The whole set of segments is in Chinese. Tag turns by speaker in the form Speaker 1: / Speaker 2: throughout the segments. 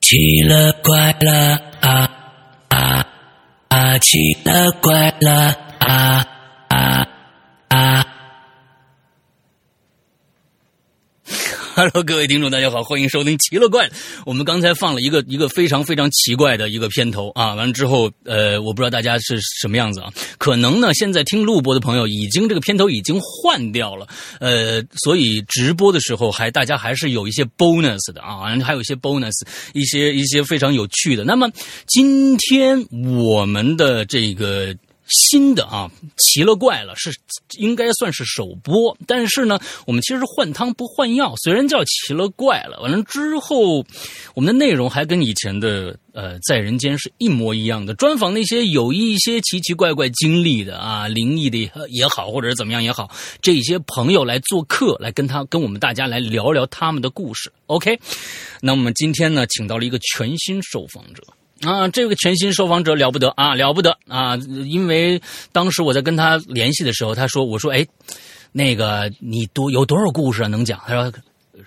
Speaker 1: 奇了怪了啊啊啊！奇了怪了啊啊啊！Hello，各位 听众，大家好，欢迎收听《奇了怪了》。我们刚才放了一个一个非常非常奇怪的一个片头啊，完了之后，呃，我不知道大家是什么样子啊。可能呢，现在听录播的朋友已经这个片头已经换掉了，呃，所以直播的时候还大家还是有一些 bonus 的啊，还有一些 bonus，一些一些非常有趣的。那么今天我们的这个。新的啊，奇了怪了，是应该算是首播，但是呢，我们其实是换汤不换药，虽然叫奇了怪了，完了之后，哎我们的内容还跟以前的呃在人间是一模一样的，专访那些有一些奇奇怪怪经历的啊，灵异的也好，或者是怎么样也好，这些朋友来做客，来跟他跟我们大家来聊聊他们的故事。OK，那我们今天呢，请到了一个全新受访者。啊，这个全新受访者了不得啊，了不得啊！因为当时我在跟他联系的时候，他说：“我说，哎，那个你多有多少故事啊？能讲？”他说：“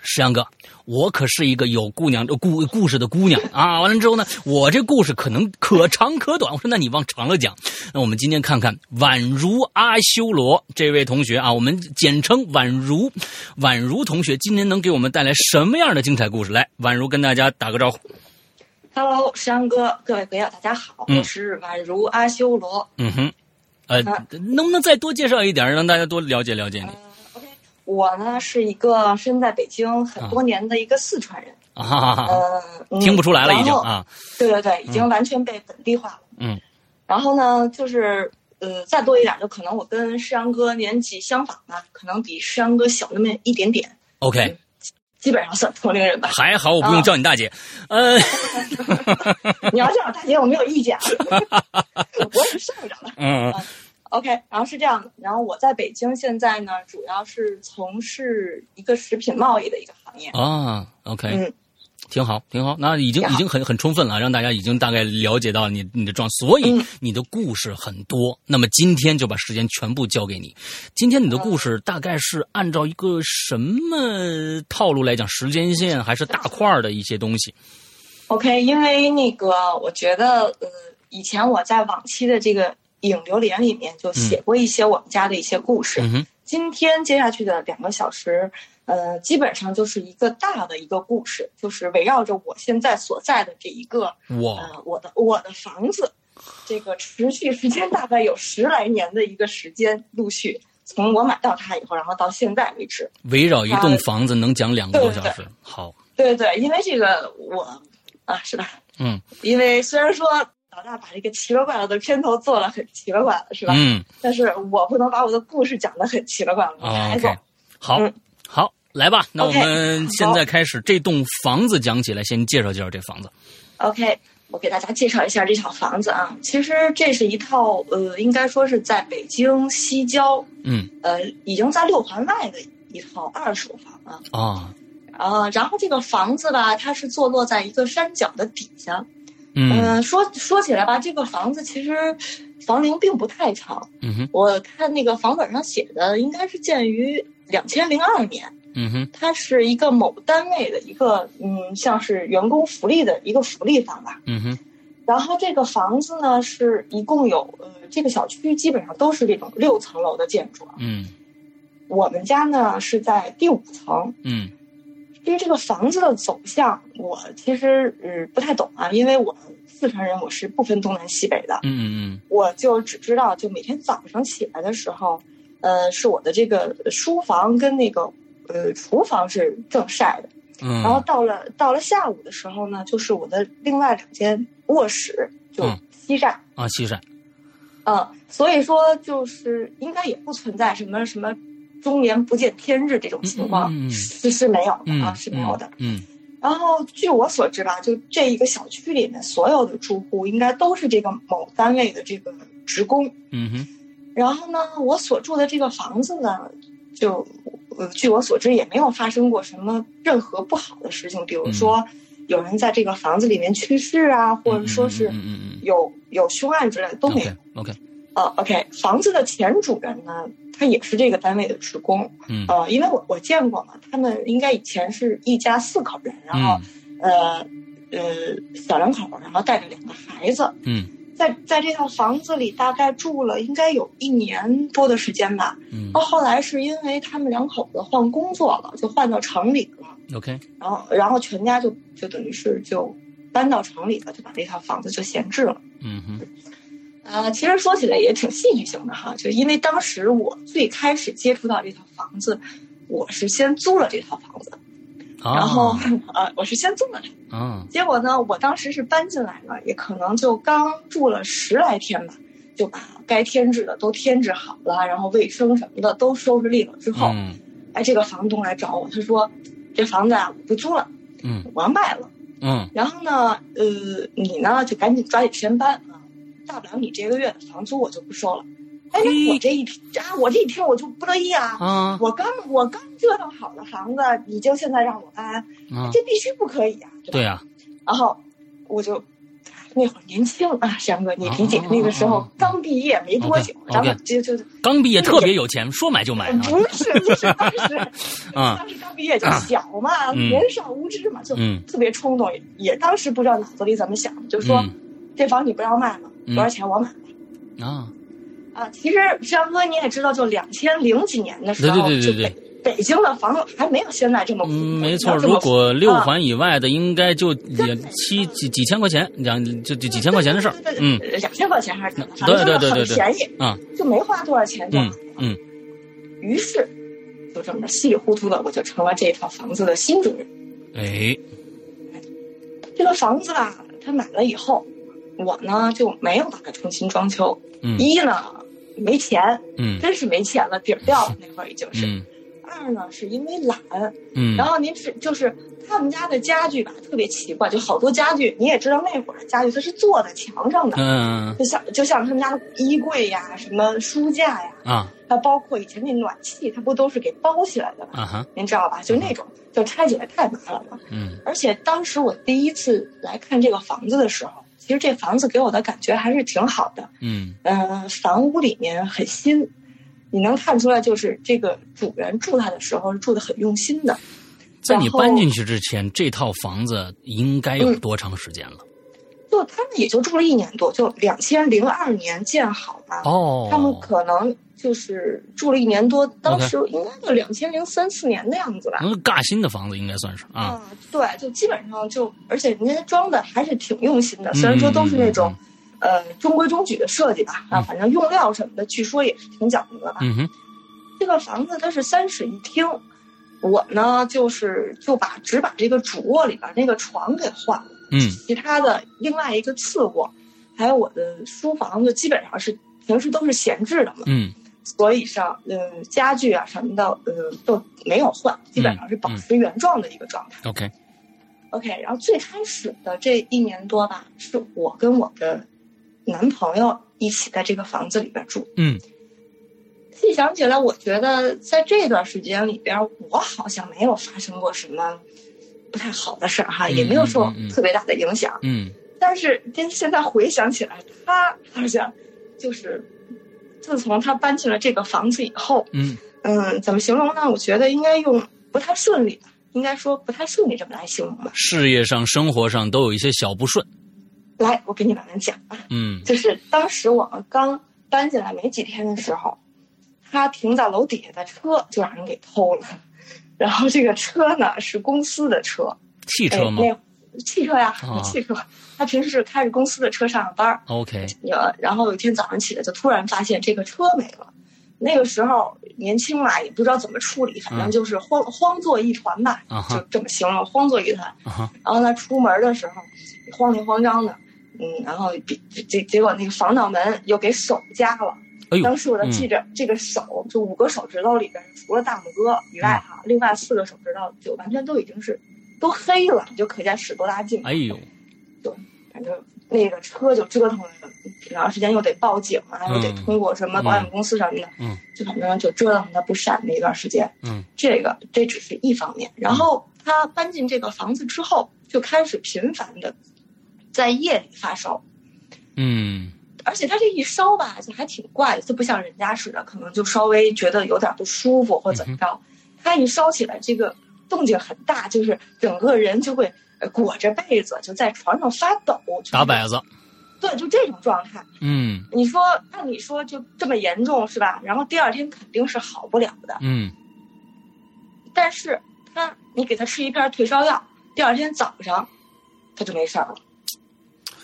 Speaker 1: 石阳哥，我可是一个有姑娘呃故故事的姑娘啊！”完了之后呢，我这故事可能可长可短。我说：“那你往长了讲。”那我们今天看看宛如阿修罗这位同学啊，我们简称宛如，宛如同学今天能给我们带来什么样的精彩故事？来，宛如跟大家打个招呼。
Speaker 2: Hello，山哥，各位朋友，大家好，我是宛如阿修罗。
Speaker 1: 嗯哼，呃，
Speaker 2: 啊
Speaker 1: 能不能再多介绍一点，让大家多了解了解你
Speaker 2: 呃 OK，我呢是一个身在北京很多年的一个四川人。
Speaker 1: 啊哈哈哈？
Speaker 2: 呃，嗯
Speaker 1: 听不出来了已经。
Speaker 2: 然后
Speaker 1: 啊，
Speaker 2: 对对对，已经完全被本地化了。
Speaker 1: 嗯。
Speaker 2: 然后呢，就是呃，再多一点，就可能我跟山哥年纪相仿吧，可能比山哥小那么一点点，嗯
Speaker 1: OK，。
Speaker 2: 基本上算同龄人吧
Speaker 1: 还好我不用叫你大姐，
Speaker 2: 啊
Speaker 1: 呃，
Speaker 2: 你要叫我大姐，我没有意见 啊，我只是上着了。
Speaker 1: 嗯
Speaker 2: OK，然后是这样的，然后我在北京现在呢，主要是从事一个食品贸易的一个行业。
Speaker 1: 啊，OK，
Speaker 2: 嗯，
Speaker 1: 挺好，挺好，那已经
Speaker 2: 挺好
Speaker 1: 已经很很充分了，让大家已经大概了解到你你的状，所以
Speaker 2: 嗯
Speaker 1: 你的故事很多。那么今天就把时间全部交给你。今天你的故
Speaker 2: 嗯
Speaker 1: 事大概是按照一个什么套路来讲，时间线还是大块儿的一些东西？
Speaker 2: OK，因为那个我觉得，呃，以前我在往期的这个影流连里面就写过一些我们家的一些故事。
Speaker 1: 嗯哼。
Speaker 2: 今天接下去的两个小时，呃，基本上就是一个大的一个故事，就是围绕着我现在所在的这一个，
Speaker 1: 哇，
Speaker 2: 呃，我的我的房子，这个持续时间大概有十来年的一个时间，陆续从我买到它以后，然后到现在为止。
Speaker 1: 围绕一栋房子能讲两个多小时，好，
Speaker 2: 对对，因为这个我啊，是吧？
Speaker 1: 嗯
Speaker 2: 因为虽然说老大把这个奇了怪了的片头做了很奇了怪了，是吧？
Speaker 1: 嗯，
Speaker 2: 但是我不能把我的故事讲得很奇了怪了，我
Speaker 1: 啊
Speaker 2: 还
Speaker 1: ，OK，好
Speaker 2: 嗯，
Speaker 1: 好，来吧，那我
Speaker 2: OK，
Speaker 1: 们现
Speaker 2: 好
Speaker 1: 在开始这栋房子讲起来，先介绍介绍这房子。
Speaker 2: OK，我给大家介绍一下这套房子啊。其实这是一套呃，应该说是在北京西郊，
Speaker 1: 嗯
Speaker 2: 呃，已经在六环外的一套二手房啊。
Speaker 1: 啊，
Speaker 2: 呃，然后这个房子吧，它是坐落在一个山脚的底下。
Speaker 1: 嗯
Speaker 2: 呃，说说起来吧，这个房子其实房龄并不太长，
Speaker 1: 嗯哼
Speaker 2: 我看那个房本上写的应该是建于两千零二年。
Speaker 1: 嗯哼
Speaker 2: 它是一个某单位的一个，嗯，像是员工福利的一个福利房吧。
Speaker 1: 嗯哼
Speaker 2: 然后这个房子呢，是一共有呃，这个小区基本上都是这种六层楼的建筑啊。
Speaker 1: 嗯
Speaker 2: 我们家呢是在第五层。
Speaker 1: 嗯
Speaker 2: 至于这个房子的走向，我其实呃不太懂啊，因为我四川人，我是不分东南西北的
Speaker 1: 嗯，嗯
Speaker 2: 我就只知道，就每天早上起来的时候，呃，是我的这个书房跟那个呃厨房是正晒的，
Speaker 1: 嗯，
Speaker 2: 然后到了到了下午的时候呢，就是我的另外两间卧室就
Speaker 1: 嗯
Speaker 2: 西晒。
Speaker 1: 啊，西晒，
Speaker 2: 嗯，所以说就是应该也不存在什么什么中年不见天日这种情况，
Speaker 1: 嗯嗯嗯嗯
Speaker 2: 是是没有的啊，
Speaker 1: 嗯，
Speaker 2: 是没有的。
Speaker 1: 嗯
Speaker 2: 然后据我所知吧，就这一个小区里面所有的住户应该都是这个某单位的这个职工。
Speaker 1: 嗯哼
Speaker 2: 然后呢，我所住的这个房子呢，就呃，据我所知也没有发生过什么任何不好的事情，比
Speaker 1: 嗯
Speaker 2: 如说有人在这个房子里面去世啊，或者说是
Speaker 1: 嗯嗯嗯
Speaker 2: 有有凶案之类的都没有。
Speaker 1: ，OK OK，
Speaker 2: 呃，OK，房子的前主人呢，他也是这个单位的职工。
Speaker 1: 嗯
Speaker 2: 呃，因为我我见过嘛，他们应该以前是一家四口人，然后、
Speaker 1: 嗯
Speaker 2: 呃，呃小两口，然后带着两个孩子，
Speaker 1: 嗯
Speaker 2: 在在这套房子里大概住了应该有一年多的时间吧。
Speaker 1: 嗯
Speaker 2: 到后来是因为他们两口子换工作了，就换到城里了，
Speaker 1: ，OK，
Speaker 2: 然后然后全家就就等于是就搬到城里了，就把这套房子就闲置了。
Speaker 1: 嗯哼，
Speaker 2: 呃，其实说起来也挺戏剧性的哈，就因为当时我最开始接触到这套房子，我是先租了这套房子，
Speaker 1: 啊
Speaker 2: 然后、呃，我是先租了它，
Speaker 1: 啊，
Speaker 2: 结果呢，我当时是搬进来了，也可能就刚住了十来天吧，就把该添置的都添置好了，然后卫生什么的都收拾利落之后，
Speaker 1: 嗯
Speaker 2: 哎，这个房东来找我，他说这房子啊我不租了，
Speaker 1: 嗯
Speaker 2: 我要卖了。
Speaker 1: 嗯
Speaker 2: 然后呢，呃，你呢就赶紧抓紧时间搬啊，大不了你这个月的房租我就不收了。哎，
Speaker 1: 嘿
Speaker 2: 我这一听啊，我这一听我就不乐意啊。
Speaker 1: 啊
Speaker 2: 我刚我刚折腾好的房子，你就现在让我搬，
Speaker 1: 啊，
Speaker 2: 这必须不可以啊！对吧
Speaker 1: 对啊，
Speaker 2: 然后我就那会儿年轻啊，山哥，你理解
Speaker 1: 啊啊
Speaker 2: 那个时
Speaker 1: 啊
Speaker 2: 候
Speaker 1: 啊
Speaker 2: 刚毕业没多久，
Speaker 1: OK，OK
Speaker 2: 然后就就就
Speaker 1: 刚毕业特别有钱，说买就买啊，
Speaker 2: 不是不是当时
Speaker 1: 啊
Speaker 2: 当时刚毕业就小嘛，
Speaker 1: 嗯
Speaker 2: 年少无知嘛，就
Speaker 1: 嗯
Speaker 2: 特别冲动，也当时不知道脑子里怎么想的，就说
Speaker 1: 嗯
Speaker 2: 这房你不让卖了，
Speaker 1: 嗯
Speaker 2: 多少钱我买。
Speaker 1: 啊，
Speaker 2: 啊，其实山哥你也知道，就两千零几年的时候，
Speaker 1: 对对对对
Speaker 2: 就北北京的房还没有现在这么
Speaker 1: 嗯，没
Speaker 2: 没
Speaker 1: 错，
Speaker 2: 有哦这
Speaker 1: 如
Speaker 2: 么
Speaker 1: 果六
Speaker 2: 啊
Speaker 1: 环以外的，应该就也
Speaker 2: 根本
Speaker 1: 七
Speaker 2: 就
Speaker 1: 几几千块钱，两就就几千块钱的事儿，
Speaker 2: 对对
Speaker 1: 嗯
Speaker 2: 对两千块钱还是怎么，反
Speaker 1: 对
Speaker 2: 正
Speaker 1: 对
Speaker 2: 就
Speaker 1: 对
Speaker 2: 是很
Speaker 1: 对对
Speaker 2: 便宜，
Speaker 1: 啊，
Speaker 2: 就没花多少钱就买了。
Speaker 1: 嗯
Speaker 2: 于是就这么稀里糊涂的，我就成了这套房子的新主人。
Speaker 1: 哎，
Speaker 2: 这个房子吧，他买了以后，我呢就没有把它重新装修。
Speaker 1: 嗯
Speaker 2: 一呢没钱，
Speaker 1: 嗯
Speaker 2: 真是没钱了，底儿掉了那会儿已经是。
Speaker 1: 嗯
Speaker 2: 二呢是因为懒，
Speaker 1: 嗯
Speaker 2: 然后您是就是他们家的家具吧，特别奇怪，就好多家具你也知道那会儿的家具它是坐在墙上的。
Speaker 1: 嗯
Speaker 2: 就像就像他们家的衣柜呀、什么书架呀，
Speaker 1: 啊
Speaker 2: 还包括以前那暖气，它不都是给包起来的吗？
Speaker 1: 啊哈，
Speaker 2: 您知道吧？就那种，就拆起来太麻烦了。
Speaker 1: 嗯
Speaker 2: 而且当时我第一次来看这个房子的时候，其实这房子给我的感觉还是挺好的。
Speaker 1: 嗯
Speaker 2: 嗯、房屋里面很新，你能看出来，就是这个主人住它的时候是住的很用心的。
Speaker 1: 在你
Speaker 2: 然后嗯
Speaker 1: 搬进去之前，这套房子应该有多长时间了？
Speaker 2: 就他们也就住了一年多，就两千零二年建好嘛。
Speaker 1: 哦，
Speaker 2: 他们可能就是住了一年多，当时应该就两千零三四年的样子吧。
Speaker 1: 那尬新的房子应该算是啊，
Speaker 2: 嗯，对，就基本上就，而且人家装的还是挺用心的，虽然说都是那种，呃，中规中矩的设计吧，啊，
Speaker 1: 嗯
Speaker 2: 反正用料什么的，据说也是挺讲究的吧。
Speaker 1: 嗯哼，
Speaker 2: 这个房子它是三室一厅，我呢就是就把只把这个主卧里边那个床给换了，
Speaker 1: 嗯
Speaker 2: 其他的另外一个次卧，还有我的书房，就基本上是平时都是闲置的嘛，
Speaker 1: 嗯
Speaker 2: 所以上，呃，家具啊什么的，呃，都没有换，基本上是保持原状的一个状态。
Speaker 1: ，OK，
Speaker 2: OK，然后最开始的这一年多吧，是我跟我的男朋友一起在这个房子里边住。
Speaker 1: 嗯
Speaker 2: 细想起来，我觉得在这段时间里边，我好像没有发生过什么不太好的事儿哈，
Speaker 1: 嗯
Speaker 2: 也没有受
Speaker 1: 嗯嗯嗯
Speaker 2: 特别大的影响。
Speaker 1: 嗯
Speaker 2: 但是跟现在回想起来，他好像就是自从他搬进了这个房子以后，
Speaker 1: 嗯
Speaker 2: 嗯，怎么形容呢？我觉得应该用不太顺利吧，应该说不太顺利这么来形容吧。
Speaker 1: 事业上、生活上都有一些小不顺，
Speaker 2: 来，我给你慢慢讲啊。
Speaker 1: 嗯
Speaker 2: 就是当时我们刚搬进来没几天的时候，他停在楼底下的车就让人给偷了，然后这个车呢是公司的车，
Speaker 1: 汽
Speaker 2: 哎
Speaker 1: 车吗
Speaker 2: 那汽车呀，
Speaker 1: 啊
Speaker 2: 汽车。他平时是开着公司的车上班儿，
Speaker 1: ？OK，
Speaker 2: 呃，然后有一天早上起来就突然发现这个车没了。那个时候年轻嘛，也不知道怎么处理，反正
Speaker 1: 嗯
Speaker 2: 就是慌、慌作一团吧，
Speaker 1: 啊
Speaker 2: 就
Speaker 1: 哈
Speaker 2: 这么形容，慌作一团。
Speaker 1: 啊哈，
Speaker 2: 然后他出门的时候慌里慌张的，嗯，然后比结结果那个防盗门又给手夹了。
Speaker 1: 哎呦
Speaker 2: 当时我就记着、这个手，就五个手指头里边，除了大拇哥以
Speaker 1: 嗯
Speaker 2: 外哈、另外四个手指头就完全都已经是都黑了，你就可见使多大劲。
Speaker 1: 哎呦，
Speaker 2: 反正那个车就折腾了挺长时间，又得报警啊，
Speaker 1: 嗯
Speaker 2: 又得通过什么保险公司什么的，
Speaker 1: 嗯
Speaker 2: 就反正就折腾他不善那一段时间。
Speaker 1: 嗯
Speaker 2: 这个这只是一方面。然后他搬进这个房子之后，就开始频繁的在夜里发烧，
Speaker 1: 嗯
Speaker 2: 而且他这一烧吧，就还挺怪的，就不像人家似的，可能就稍微觉得有点不舒
Speaker 1: 嗯
Speaker 2: 服或怎么着。他一烧起来，这个动静很大，就是整个人就会呃裹着被子就在床上发抖，就是
Speaker 1: 打摆子，
Speaker 2: 对，就这种状态。
Speaker 1: 嗯
Speaker 2: 你说，按理说就这么严重是吧？然后第二天肯定是好不了的。
Speaker 1: 嗯
Speaker 2: 但是他，你给他吃一片退烧药，第二天早上他就没事儿了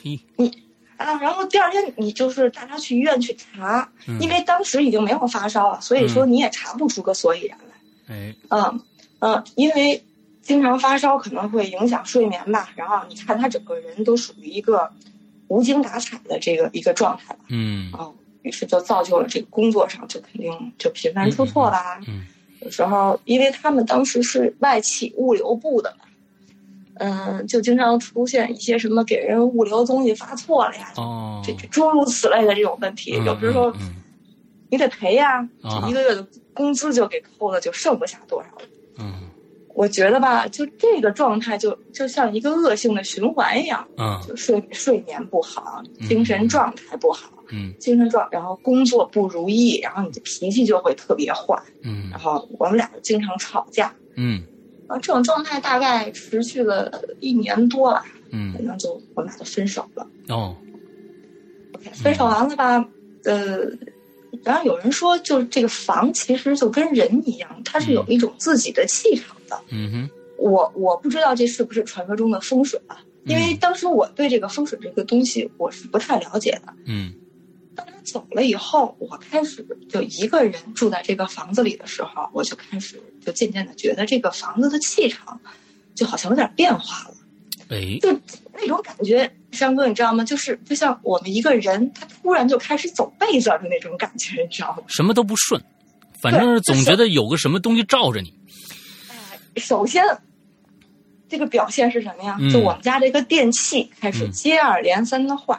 Speaker 1: 嘿。
Speaker 2: 你啊，然后第二天你就是带他去医院去查，
Speaker 1: 嗯，
Speaker 2: 因为当时已经没有发烧了，所以说你也查不出个所以然来。
Speaker 1: 哎
Speaker 2: 嗯嗯，因为经常发烧可能会影响睡眠吧。然后你看他整个人都属于一个无精打采的这个一个状态吧。
Speaker 1: 嗯
Speaker 2: 啊、于是就造就了这个工作上就肯定就频繁出错啦。
Speaker 1: 嗯
Speaker 2: 有时候因为他们当时是外企物流部的嘛，嗯，就经常出现一些什么给人物流东西发错了呀，
Speaker 1: 哦
Speaker 2: 这这诸如此类的这种问题，
Speaker 1: 嗯
Speaker 2: 有时候
Speaker 1: 嗯嗯
Speaker 2: 你得赔呀，
Speaker 1: 啊
Speaker 2: 这一个月的工资就给扣了，就剩不下多少了。
Speaker 1: 嗯
Speaker 2: 我觉得吧，就这个状态就就像一个恶性的循环一样，
Speaker 1: 嗯
Speaker 2: 就睡睡眠不好，
Speaker 1: 嗯
Speaker 2: 精神状态不好，
Speaker 1: 嗯
Speaker 2: 精神状，然后工作不如意，然后你的脾气就会特别坏，
Speaker 1: 嗯
Speaker 2: 然后我们俩就经常吵架。
Speaker 1: 嗯
Speaker 2: 然后这种状态大概持续了一年多吧，可
Speaker 1: 嗯
Speaker 2: 能就我们俩就分手了。
Speaker 1: 哦
Speaker 2: OK，分手完了吧，呃，然后有人说，就是这个房其实就跟人一样，它是有一种自己的气场的。
Speaker 1: 嗯哼
Speaker 2: 我我不知道这是不是传说中的风水啊，因为
Speaker 1: 嗯
Speaker 2: 当时我对这个风水这个东西我是不太了解的。
Speaker 1: 嗯
Speaker 2: 当他走了以后，我开始就一个人住在这个房子里的时候，我就开始就渐渐的觉得这个房子的气场就好像有点变化了，
Speaker 1: 哎
Speaker 2: 就那种感觉。山哥，你知道吗？就是就像我们一个人，他突然就开始走背字儿的那种感觉，你知道吗？
Speaker 1: 什么都不顺，反正总觉得有个什么东西罩着你。
Speaker 2: 首先，这个表现是什么呀？
Speaker 1: 嗯
Speaker 2: 就我们家这个电器开始
Speaker 1: 嗯
Speaker 2: 接二连三的坏，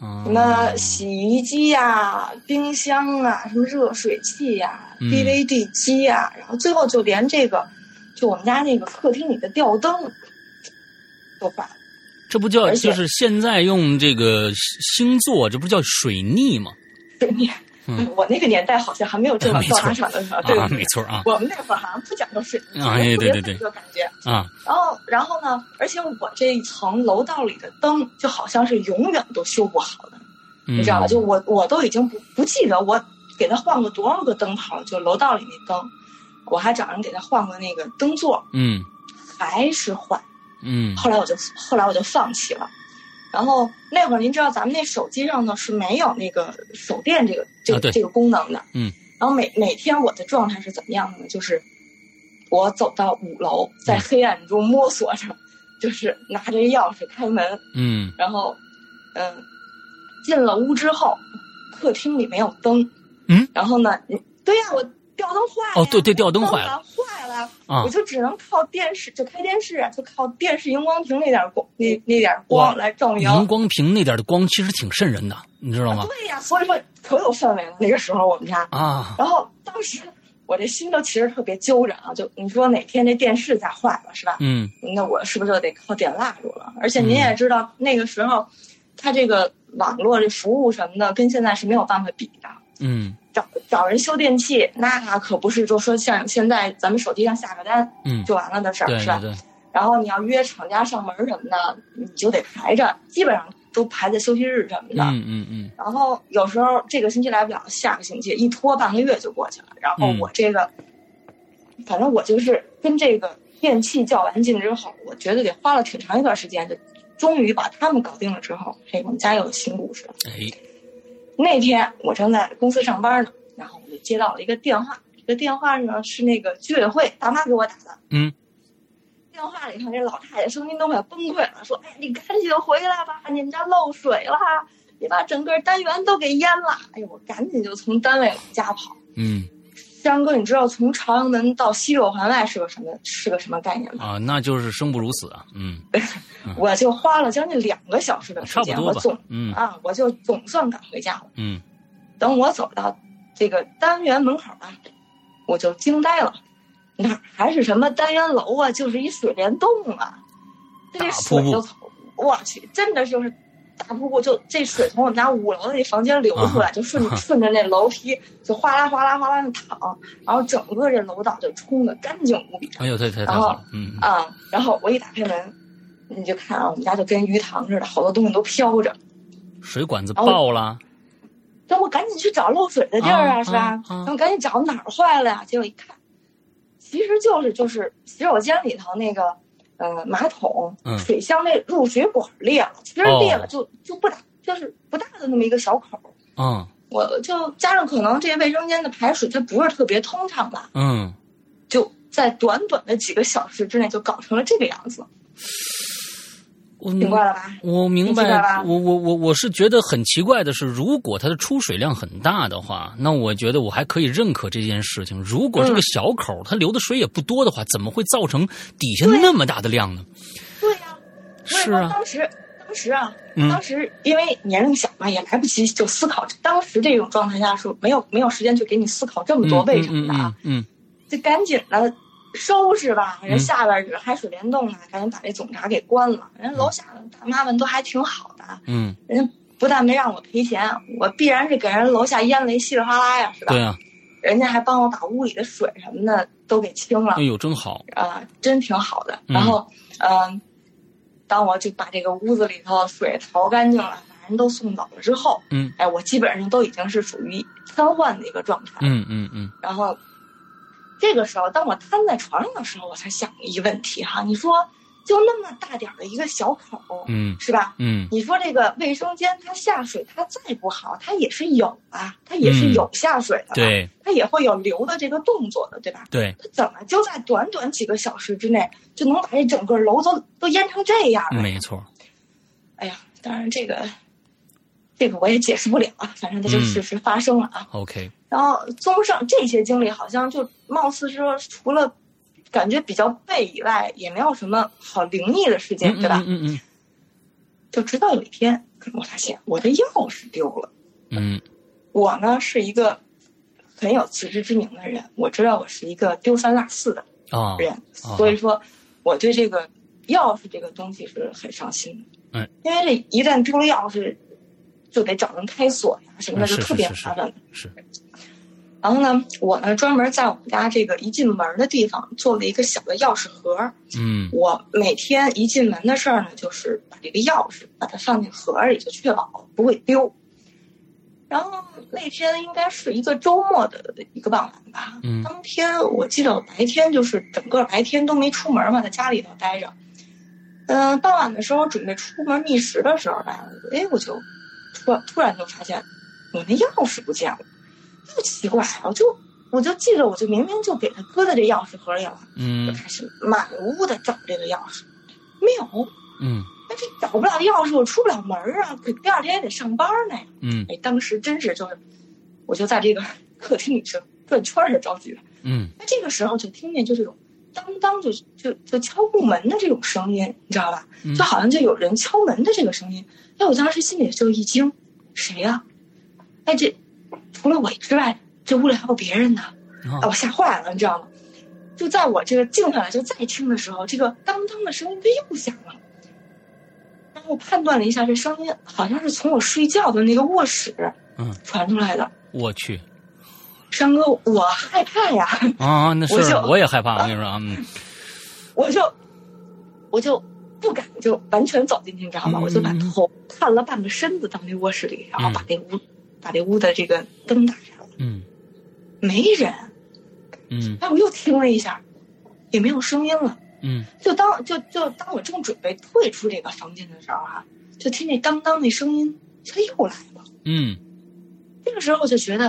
Speaker 1: 啊
Speaker 2: 什么洗衣机呀、冰箱啊、什么热水器呀、
Speaker 1: 嗯
Speaker 2: DVD 机呀、然后最后就连这个，就我们家那个客厅里的吊灯都坏了。
Speaker 1: 这不叫
Speaker 2: 而且
Speaker 1: 就是现在用这个星座，这不叫水逆吗？
Speaker 2: 对你，
Speaker 1: 嗯
Speaker 2: 我那个年代好像还没有这种
Speaker 1: 没错
Speaker 2: 造法厂的时候，对
Speaker 1: 啊，没错啊
Speaker 2: 我们那会儿好像不讲究水泥，
Speaker 1: 啊哎对对对
Speaker 2: 这个感觉。
Speaker 1: 啊
Speaker 2: 然后，然后呢？而且我这一层楼道里的灯，就好像是永远都修不好的，
Speaker 1: 嗯，
Speaker 2: 你知道吧？就我我都已经不不记得我给他换过多少个灯泡了，就楼道里那灯，我还找人给他换过那个灯座，
Speaker 1: 嗯
Speaker 2: 还是坏。
Speaker 1: 嗯
Speaker 2: 后来我就后来我就放弃了。然后那会儿您知道咱们那手机上呢是没有那个手电这个这
Speaker 1: 啊
Speaker 2: 个、
Speaker 1: 对
Speaker 2: 这个功能的，
Speaker 1: 嗯。
Speaker 2: 然后每每天我的状态是怎么样的呢？就是我走到五楼，
Speaker 1: 嗯
Speaker 2: 在黑暗中摸索着，就是拿着钥匙开门，
Speaker 1: 嗯
Speaker 2: 然后，嗯，进了屋之后，客厅里没有灯。
Speaker 1: 嗯。
Speaker 2: 然后呢，你对呀、我吊灯坏了呀。
Speaker 1: 哦对对吊灯坏了
Speaker 2: 了，坏了，
Speaker 1: 啊
Speaker 2: 我就只能靠电视，就开电视啊，就靠电视荧光屏那点儿光，那那点儿
Speaker 1: 哇
Speaker 2: 光来照明。
Speaker 1: 荧光屏那点的光其实挺瘆人的，你知道吗？
Speaker 2: 对呀、所以说可有氛围了。那个时候我们家，
Speaker 1: 啊，
Speaker 2: 然后当时我这心都其实特别揪着啊，就你说哪天这电视再坏了是吧？
Speaker 1: 嗯
Speaker 2: 那我是不是就得靠点蜡烛了？而且您也知道，那个时候，它这个网络这服务什么的，跟现在是没有办法比的。
Speaker 1: 嗯
Speaker 2: 找找人修电器，那可不是就说像现在咱们手机上下个单
Speaker 1: 嗯，
Speaker 2: 就完了的事儿，
Speaker 1: 对
Speaker 2: 是啊
Speaker 1: 对
Speaker 2: 吧？
Speaker 1: 对，
Speaker 2: 然后你要约厂家上门什么的，你就得排着，基本上都排在休息日什么的。
Speaker 1: 嗯嗯嗯
Speaker 2: 然后有时候这个星期来不了，下个星期一拖半个月就过去了。然后
Speaker 1: 嗯
Speaker 2: 我这个，反正我就是跟这个电器较完劲之后，我觉得得花了挺长一段时间，就终于把他们搞定了之后，这个我们家又有新故事了。
Speaker 1: 哎
Speaker 2: 那天我正在公司上班呢，然后我就接到了一个电话，这个电话呢是那个居委会大妈给我打的。
Speaker 1: 嗯。
Speaker 2: 电话里头这老太太声音都快崩溃了，说：“哎，你赶紧回来吧，你们家漏水了，你把整个单元都给淹了。”哎呦，我赶紧就从单位往家跑。
Speaker 1: 嗯
Speaker 2: 山哥，你知道从朝阳门到西六环外是个什么是个什么概念吗？
Speaker 1: 啊，那就是生不如死啊，嗯，
Speaker 2: 我就花了将近两个小时的时
Speaker 1: 差不
Speaker 2: 间，
Speaker 1: 多
Speaker 2: 我
Speaker 1: 吧
Speaker 2: 总，
Speaker 1: 嗯
Speaker 2: 啊，我就总算赶回家了。
Speaker 1: 嗯
Speaker 2: 等我走到这个单元门口啊，我就惊呆了，哪还是什么单元楼啊，就是一水帘洞啊，这
Speaker 1: 大瀑
Speaker 2: 水
Speaker 1: 布
Speaker 2: 就从我去，真的就是大瀑布就，这水从我们家五楼的那房间流出
Speaker 1: 啊
Speaker 2: 来，就顺顺着那楼梯就哗啦哗啦哗啦的淌，然后整个这楼道就冲得干净无比
Speaker 1: 哎哎呦，太太太好了，嗯
Speaker 2: 啊、然后我一打开门，你就看啊，我们家就跟鱼塘似的，好多东西都飘着。
Speaker 1: 水管子爆了，
Speaker 2: 然后我赶紧去找漏水的地儿啊，
Speaker 1: 啊
Speaker 2: 是吧？
Speaker 1: 啊啊
Speaker 2: 然后赶紧找哪儿坏了呀、结果一看，其实就是就是洗手间里头那个呃马桶、
Speaker 1: 嗯
Speaker 2: 水箱那入水管裂了，其实
Speaker 1: 哦
Speaker 2: 裂了就、就不大，就是不大的那么一个小口儿。
Speaker 1: 嗯
Speaker 2: 我就加上可能这卫生间的排水它不是特别通畅吧，
Speaker 1: 嗯，
Speaker 2: 就在短短的几个小时之内就搞成了这个样子，
Speaker 1: 我
Speaker 2: 明白了吧？
Speaker 1: 我明
Speaker 2: 你知道吧
Speaker 1: 白，我我我我是觉得很奇怪的是，如果它的出水量很大的话，那我觉得我还可以认可这件事情。如果这
Speaker 2: 嗯
Speaker 1: 个小口儿它流的水也不多的话，怎么会造成底下那么大的量呢？
Speaker 2: 对呀、所以
Speaker 1: 是
Speaker 2: 说
Speaker 1: 啊，
Speaker 2: 当时当时啊，
Speaker 1: 嗯
Speaker 2: 当时因为年龄小嘛，也来不及就思考。当时这种状态下是没有没有时间去给你思考这么多为什么的啊，
Speaker 1: 嗯，嗯
Speaker 2: 就赶紧的收拾吧。人
Speaker 1: 嗯
Speaker 2: 下边有海水帘洞呢，赶紧把这总闸给关了。人
Speaker 1: 嗯
Speaker 2: 楼下的大妈们都还挺好的，
Speaker 1: 嗯嗯，
Speaker 2: 人家不但没让我赔钱，我必然是给人楼下淹了一稀里哗啦呀，是吧
Speaker 1: 对？啊，
Speaker 2: 人家还帮我把屋里的水什么的都给清了
Speaker 1: 哎。呦，真好，
Speaker 2: 啊、真挺好的。
Speaker 1: 嗯
Speaker 2: 然后，嗯、当我就把这个屋子里头水淘干净了，把人都送走了之后，
Speaker 1: 嗯
Speaker 2: 哎，我基本上都已经是属于瘫痪的一个状态。
Speaker 1: 嗯嗯嗯
Speaker 2: 然后，这个时候，当我瘫在床上的时候，我才想一个问题哈，你说就那么大点儿的一个小口，
Speaker 1: 嗯
Speaker 2: 是吧？
Speaker 1: 嗯
Speaker 2: 你说这个卫生间它下水，它再不好，它也是有啊，它也是
Speaker 1: 嗯
Speaker 2: 有下水的吧，
Speaker 1: 对
Speaker 2: 它也会有流的这个动作的，对吧？
Speaker 1: 对，
Speaker 2: 他怎么就在短短几个小时之内就能把这整个楼都都淹成这样了？
Speaker 1: 没错，
Speaker 2: 哎呀，当然这个这个我也解释不了啊，反正它就
Speaker 1: 嗯
Speaker 2: 事实发生了啊。
Speaker 1: OK，
Speaker 2: 然后综上这些经历，好像就貌似说除了感觉比较背以外，也没有什么好灵异的事件，
Speaker 1: 嗯
Speaker 2: 对吧？
Speaker 1: 嗯嗯
Speaker 2: 就直到有一天，我发现我的钥匙丢了。
Speaker 1: 嗯
Speaker 2: 我呢是一个很有自知之明的人，我知道我是一个丢三落四的人。
Speaker 1: 嗯啊，
Speaker 2: 人，
Speaker 1: 啊
Speaker 2: 所以说我对这个钥匙这个东西是很上心的。
Speaker 1: 嗯，
Speaker 2: 因为这一旦丢了钥匙，就得找人开锁呀什么的，
Speaker 1: 嗯
Speaker 2: 就是特别
Speaker 1: 是是
Speaker 2: 麻烦的。
Speaker 1: 是，
Speaker 2: 然后呢，我呢专门在我们家这个一进门的地方做了一个小的钥匙盒儿。
Speaker 1: 嗯
Speaker 2: 我每天一进门的事儿呢，就是把这个钥匙把它放进盒儿里，就确保不会丢。然后那天应该是一个周末的一个傍晚吧，
Speaker 1: 嗯
Speaker 2: 当天我记得我白天就是整个白天都没出门嘛，在家里头待着。嗯、傍晚的时候准备出门觅食的时候吧，哎，我就突突然就发现我那钥匙不见了，又奇怪，我就我就记着，我就明明就给他搁在这钥匙盒里了，就
Speaker 1: 嗯
Speaker 2: 开始满屋的找这个钥匙，没有，
Speaker 1: 嗯
Speaker 2: 那这找不到钥匙，我出不了门儿啊，可第二天也得上班呢。
Speaker 1: 嗯
Speaker 2: 哎，当时真是就是，我就在这个客厅里是转圈儿的着急的。
Speaker 1: 嗯
Speaker 2: 那这个时候就听见就这种当当就就就敲木门的这种声音，你知道吧？
Speaker 1: 嗯
Speaker 2: 就好像就有人敲门的这个声音。哎，我当时心里就一惊，谁呀、哎，这除了我之外，这屋里还有别人呢。啊，
Speaker 1: 啊
Speaker 2: 我吓坏了，你知道吗？就在我这个静下来就再听的时候，这个当当的声音它又响了。然后我判断了一下，这声音好像是从我睡觉的那个卧室
Speaker 1: 嗯
Speaker 2: 传出来的。
Speaker 1: 我 去
Speaker 2: 山哥，我害怕呀，
Speaker 1: 啊，那是
Speaker 2: 我就
Speaker 1: 我也害怕，我跟你说啊，嗯
Speaker 2: 我就我就不敢就完全走进去，你知道吗？
Speaker 1: 嗯
Speaker 2: 我就把头探了半个身子到那卧室里，然后
Speaker 1: 嗯
Speaker 2: 把那屋、把这屋的这个灯打上了，
Speaker 1: 嗯
Speaker 2: 没人。
Speaker 1: 嗯
Speaker 2: 哎，我又听了一下，也没有声音了。
Speaker 1: 嗯
Speaker 2: 就当就就当我正准备退出这个房间的时候啊，就听那当当那声音，它又来了。
Speaker 1: 嗯
Speaker 2: 这个时候我就觉得，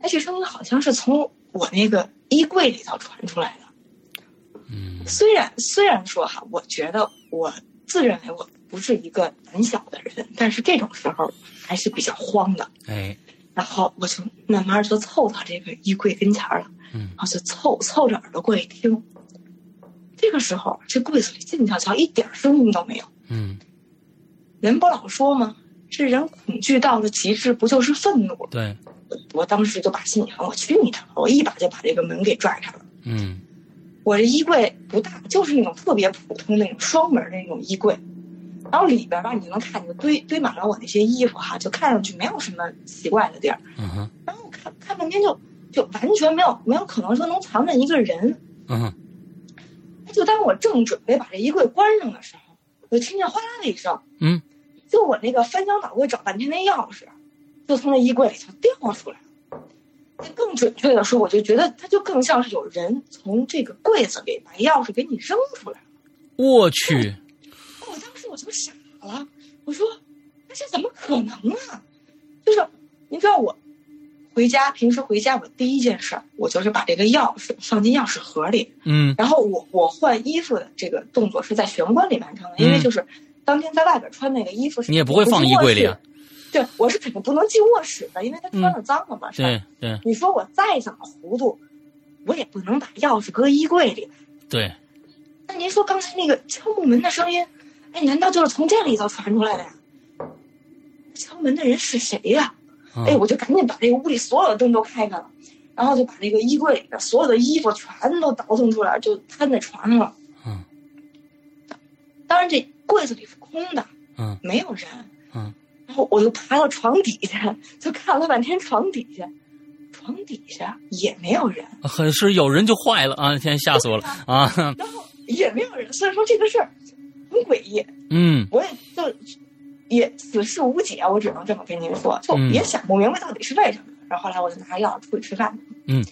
Speaker 2: 哎，这声音好像是从我那个衣柜里头传出来的。
Speaker 1: 嗯
Speaker 2: 虽然虽然说哈，我觉得我自认为我不是一个胆小的人，但是这种时候还是比较慌的。
Speaker 1: 哎
Speaker 2: 然后我就慢慢就凑到这个衣柜跟前儿了，
Speaker 1: 嗯
Speaker 2: 然后就凑凑着耳朵过去听。这个时候，这柜子里静悄悄，一点儿声音都没有。
Speaker 1: 嗯
Speaker 2: 人不老说吗？这人恐惧到了极致，不就是愤怒了？
Speaker 1: 对
Speaker 2: 我我当时就把心里想，我去你的！我一把就把这个门给拽上了。
Speaker 1: 嗯
Speaker 2: 我这衣柜不大，就是那种特别普通那种双门的那种衣柜，然后里边吧，你能看见堆堆满了我那些衣服哈，就看上去没有什么奇怪的地儿。
Speaker 1: 嗯哼
Speaker 2: 然后我看看半天就就完全没有没有可能说能藏着一个人。
Speaker 1: 嗯哼
Speaker 2: 就当我正准备把这衣柜关上的时候，我就听见哗啦的一声，
Speaker 1: 嗯，
Speaker 2: 就我那个翻箱倒柜找半天那钥匙，就从那衣柜里头掉出来了。更准确的说，我就觉得它就更像是有人从这个柜子里把钥匙给你扔出来了。
Speaker 1: 我 去，
Speaker 2: 我哦当时我就傻了，我说那这怎么可能啊？就是你知道我回家平时回家我第一件事儿，我就是把这个钥匙放进钥匙盒里，
Speaker 1: 嗯
Speaker 2: 然后我我换衣服的这个动作是在玄关里完成的，因为
Speaker 1: 嗯
Speaker 2: 就是当天在外边穿那个衣服是
Speaker 1: 你也不会放衣柜里啊嗯
Speaker 2: 不进卧室。对，我是肯定不能进卧室的，因为他穿着脏了嘛，是吧？
Speaker 1: 对对
Speaker 2: 你说我再怎么糊涂，我也不能把钥匙搁衣柜里。
Speaker 1: 对，
Speaker 2: 那您说刚才那个敲木门的声音，哎，难道就是从这里头传出来的呀？敲门的人是谁呀、
Speaker 1: 嗯
Speaker 2: 哎，我就赶紧把这个屋里所有的灯都开开了，然后就把那个衣柜里的所有的衣服全都倒腾出来，就摊在床上了。
Speaker 1: 嗯，
Speaker 2: 当然这柜子里是空的，
Speaker 1: 嗯，
Speaker 2: 没有人。
Speaker 1: 嗯，
Speaker 2: 然后我就爬到床底下，就看了半天床底下，床底下也没有人，
Speaker 1: 很是有人就坏了啊！现在吓死我了啊！
Speaker 2: 然后也没有人，所以说这个事儿很诡异。
Speaker 1: 嗯
Speaker 2: 我也就也此事无解，我只能这么跟您说，就
Speaker 1: 嗯
Speaker 2: 也想不明白到底是为什么。然后后来我就拿着钥匙出去吃饭去了
Speaker 1: 嗯，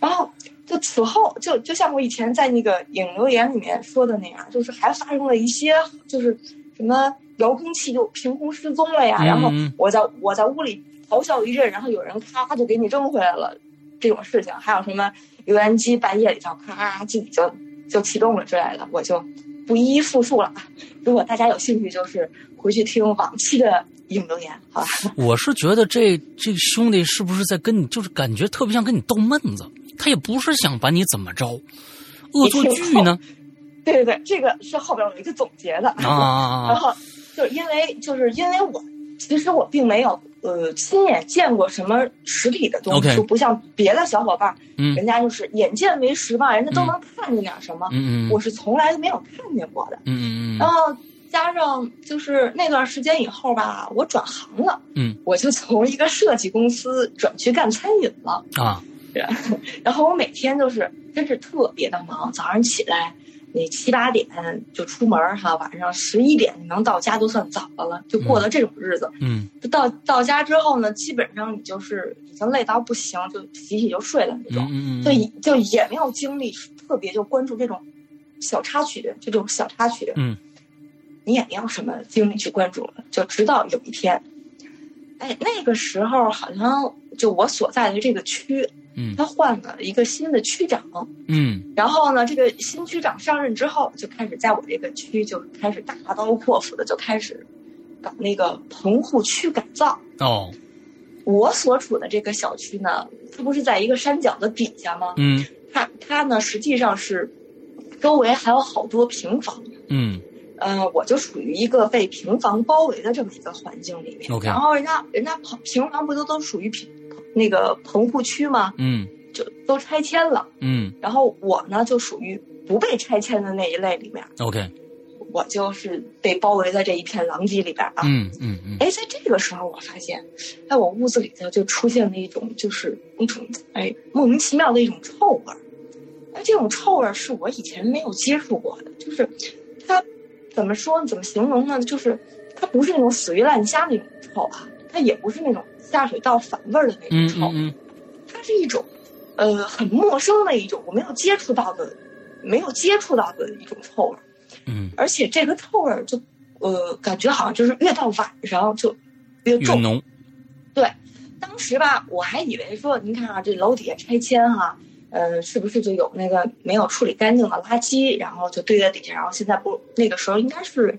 Speaker 2: 然后就此后就就像我以前在那个影留言里面说的那样，就是还发生了一些就是什么遥控器就凭空失踪哎了呀，
Speaker 1: 嗯
Speaker 2: 然后我在我在屋里咆哮一阵，然后有人咔就给你扔回来了这种事情，还有什么油烟机半夜里头咔自己就就启动了之类的，我就不一一复述了。啊。如果大家有兴趣，就是回去听往期的影留言，好吧？
Speaker 1: 我是觉得这这兄弟是不是在跟你，就是感觉特别像跟你逗闷子，他也不是想把你怎么着，恶作剧呢
Speaker 2: 对对对，这个是后边有一个总结的
Speaker 1: 啊啊啊！
Speaker 2: 然后就是因为就是因为我其实我并没有呃亲眼见过什么实体的东西
Speaker 1: OK
Speaker 2: 就不像别的小伙伴，
Speaker 1: 嗯
Speaker 2: 人家就是眼见为实嘛，人家都能看见点什么，
Speaker 1: 嗯嗯
Speaker 2: 我是从来都没有看见过的。
Speaker 1: 嗯嗯
Speaker 2: 然后加上就是那段时间以后吧，我转行了，
Speaker 1: 嗯，
Speaker 2: 我就从一个设计公司转去干餐饮了。
Speaker 1: 嗯啊！
Speaker 2: 然后我每天就是真是特别的忙，早上起来你七八点就出门儿哈，晚上十一点能到家就算早的了，就过了这种日子。
Speaker 1: 嗯
Speaker 2: 就到到家之后呢，基本上你就是已经累到不行，就洗洗就睡了那种，
Speaker 1: 嗯嗯
Speaker 2: 就以就也没有精力特别就关注这种小插曲，就这种小插曲，
Speaker 1: 嗯，
Speaker 2: 你也没有什么精力去关注了。就直到有一天，哎，那个时候好像就我所在的这个区，
Speaker 1: 嗯
Speaker 2: 他换了一个新的区长，
Speaker 1: 嗯
Speaker 2: 然后呢，这个新区长上任之后，就开始在我这个区就开始大刀阔斧的就开始搞那个棚户区改造。
Speaker 1: 哦
Speaker 2: 我所处的这个小区呢，它不是在一个山脚的底下吗？
Speaker 1: 嗯
Speaker 2: 它它呢实际上是周围还有好多平房，
Speaker 1: 嗯
Speaker 2: 呃，我就属于一个被平房包围的这么一个环境里面。
Speaker 1: OK
Speaker 2: 然后人家人家棚平房不都都属于平那个棚户区吗？
Speaker 1: 嗯
Speaker 2: 就都拆迁了。
Speaker 1: 嗯
Speaker 2: 然后我呢就属于不被拆迁的那一类里面，
Speaker 1: OK
Speaker 2: 我就是被包围在这一片狼藉里边啊。
Speaker 1: 嗯嗯嗯
Speaker 2: 哎，在这个时候，我发现，在我屋子里头就出现了一种，就是一种哎莫名其妙的一种臭味儿。哎，这种臭味儿是我以前没有接触过的，就是它怎么说呢？怎么形容呢？就是它不是那种死鱼烂虾那种臭啊，它也不是那种下水道反味儿的那种
Speaker 1: 嗯
Speaker 2: 臭，
Speaker 1: 嗯
Speaker 2: 它是一种，呃，很陌生的一种，我没有接触到的，没有接触到的一种臭味儿，
Speaker 1: 嗯
Speaker 2: 而且这个臭味儿就，呃，感觉好像就是越到晚上就越
Speaker 1: 越
Speaker 2: 重。
Speaker 1: 浓
Speaker 2: 当时吧，我还以为说，您看啊，这楼底下拆迁哈、呃，是不是就有那个没有处理干净的垃圾，然后就堆在底下，然后现在不，那个时候应该是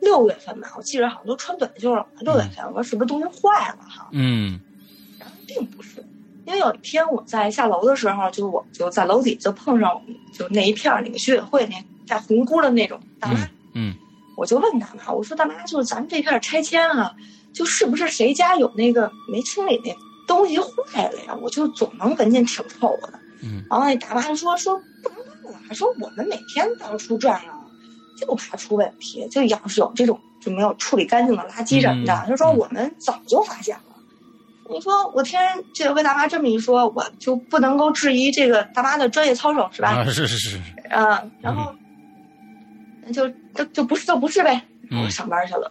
Speaker 2: 六月份吧，我记着好像都穿短袖了，六月份，我说是不是东西坏了哈、
Speaker 1: 嗯
Speaker 2: 然后并不是，因为有一天我在下楼的时候，就我就在楼底就碰上我们就那一片儿那个居委会那带红箍的那种大妈，
Speaker 1: 嗯
Speaker 2: 我就问大妈，我说大妈，就是咱们这片儿拆迁啊，就是不是谁家有那个没清理那东西坏了呀？我就总能闻见挺臭的。
Speaker 1: 嗯
Speaker 2: 然后那大妈说说不能弄啊，说我们每天到处转啊，就怕出问题，就要是有这种就没有处理干净的垃圾什么的，
Speaker 1: 嗯
Speaker 2: 她说
Speaker 1: 嗯
Speaker 2: 我们早就发现了。你说我听人这位大妈这么一说，我就不能
Speaker 1: 啊
Speaker 2: 够质疑这个大妈的专业操守是吧？
Speaker 1: 啊是是是
Speaker 2: 嗯、然后呃那就就就不是就不是呗，然后
Speaker 1: 嗯
Speaker 2: 上班去了。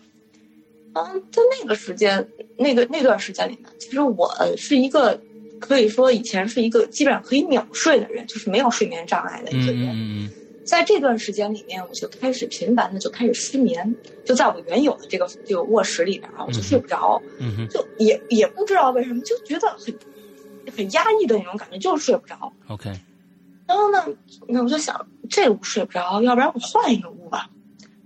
Speaker 2: 嗯，在那个时间，那个那段时间里面，其实我呃是一个可以说以前是一个基本上可以秒睡的人，就是没有睡眠障碍的一
Speaker 1: 嗯
Speaker 2: 个人。
Speaker 1: 嗯
Speaker 2: 在这段时间里面，我就开始频繁的就开始失眠，就在我原有的这个这个卧室里面啊，我就睡不着，
Speaker 1: 嗯嗯哼
Speaker 2: 就也也不知道为什么，就觉得很很压抑的那种感觉，就是睡不着。
Speaker 1: ，OK，
Speaker 2: 然后呢，那我就想这屋睡不着，要不然我换一个屋吧。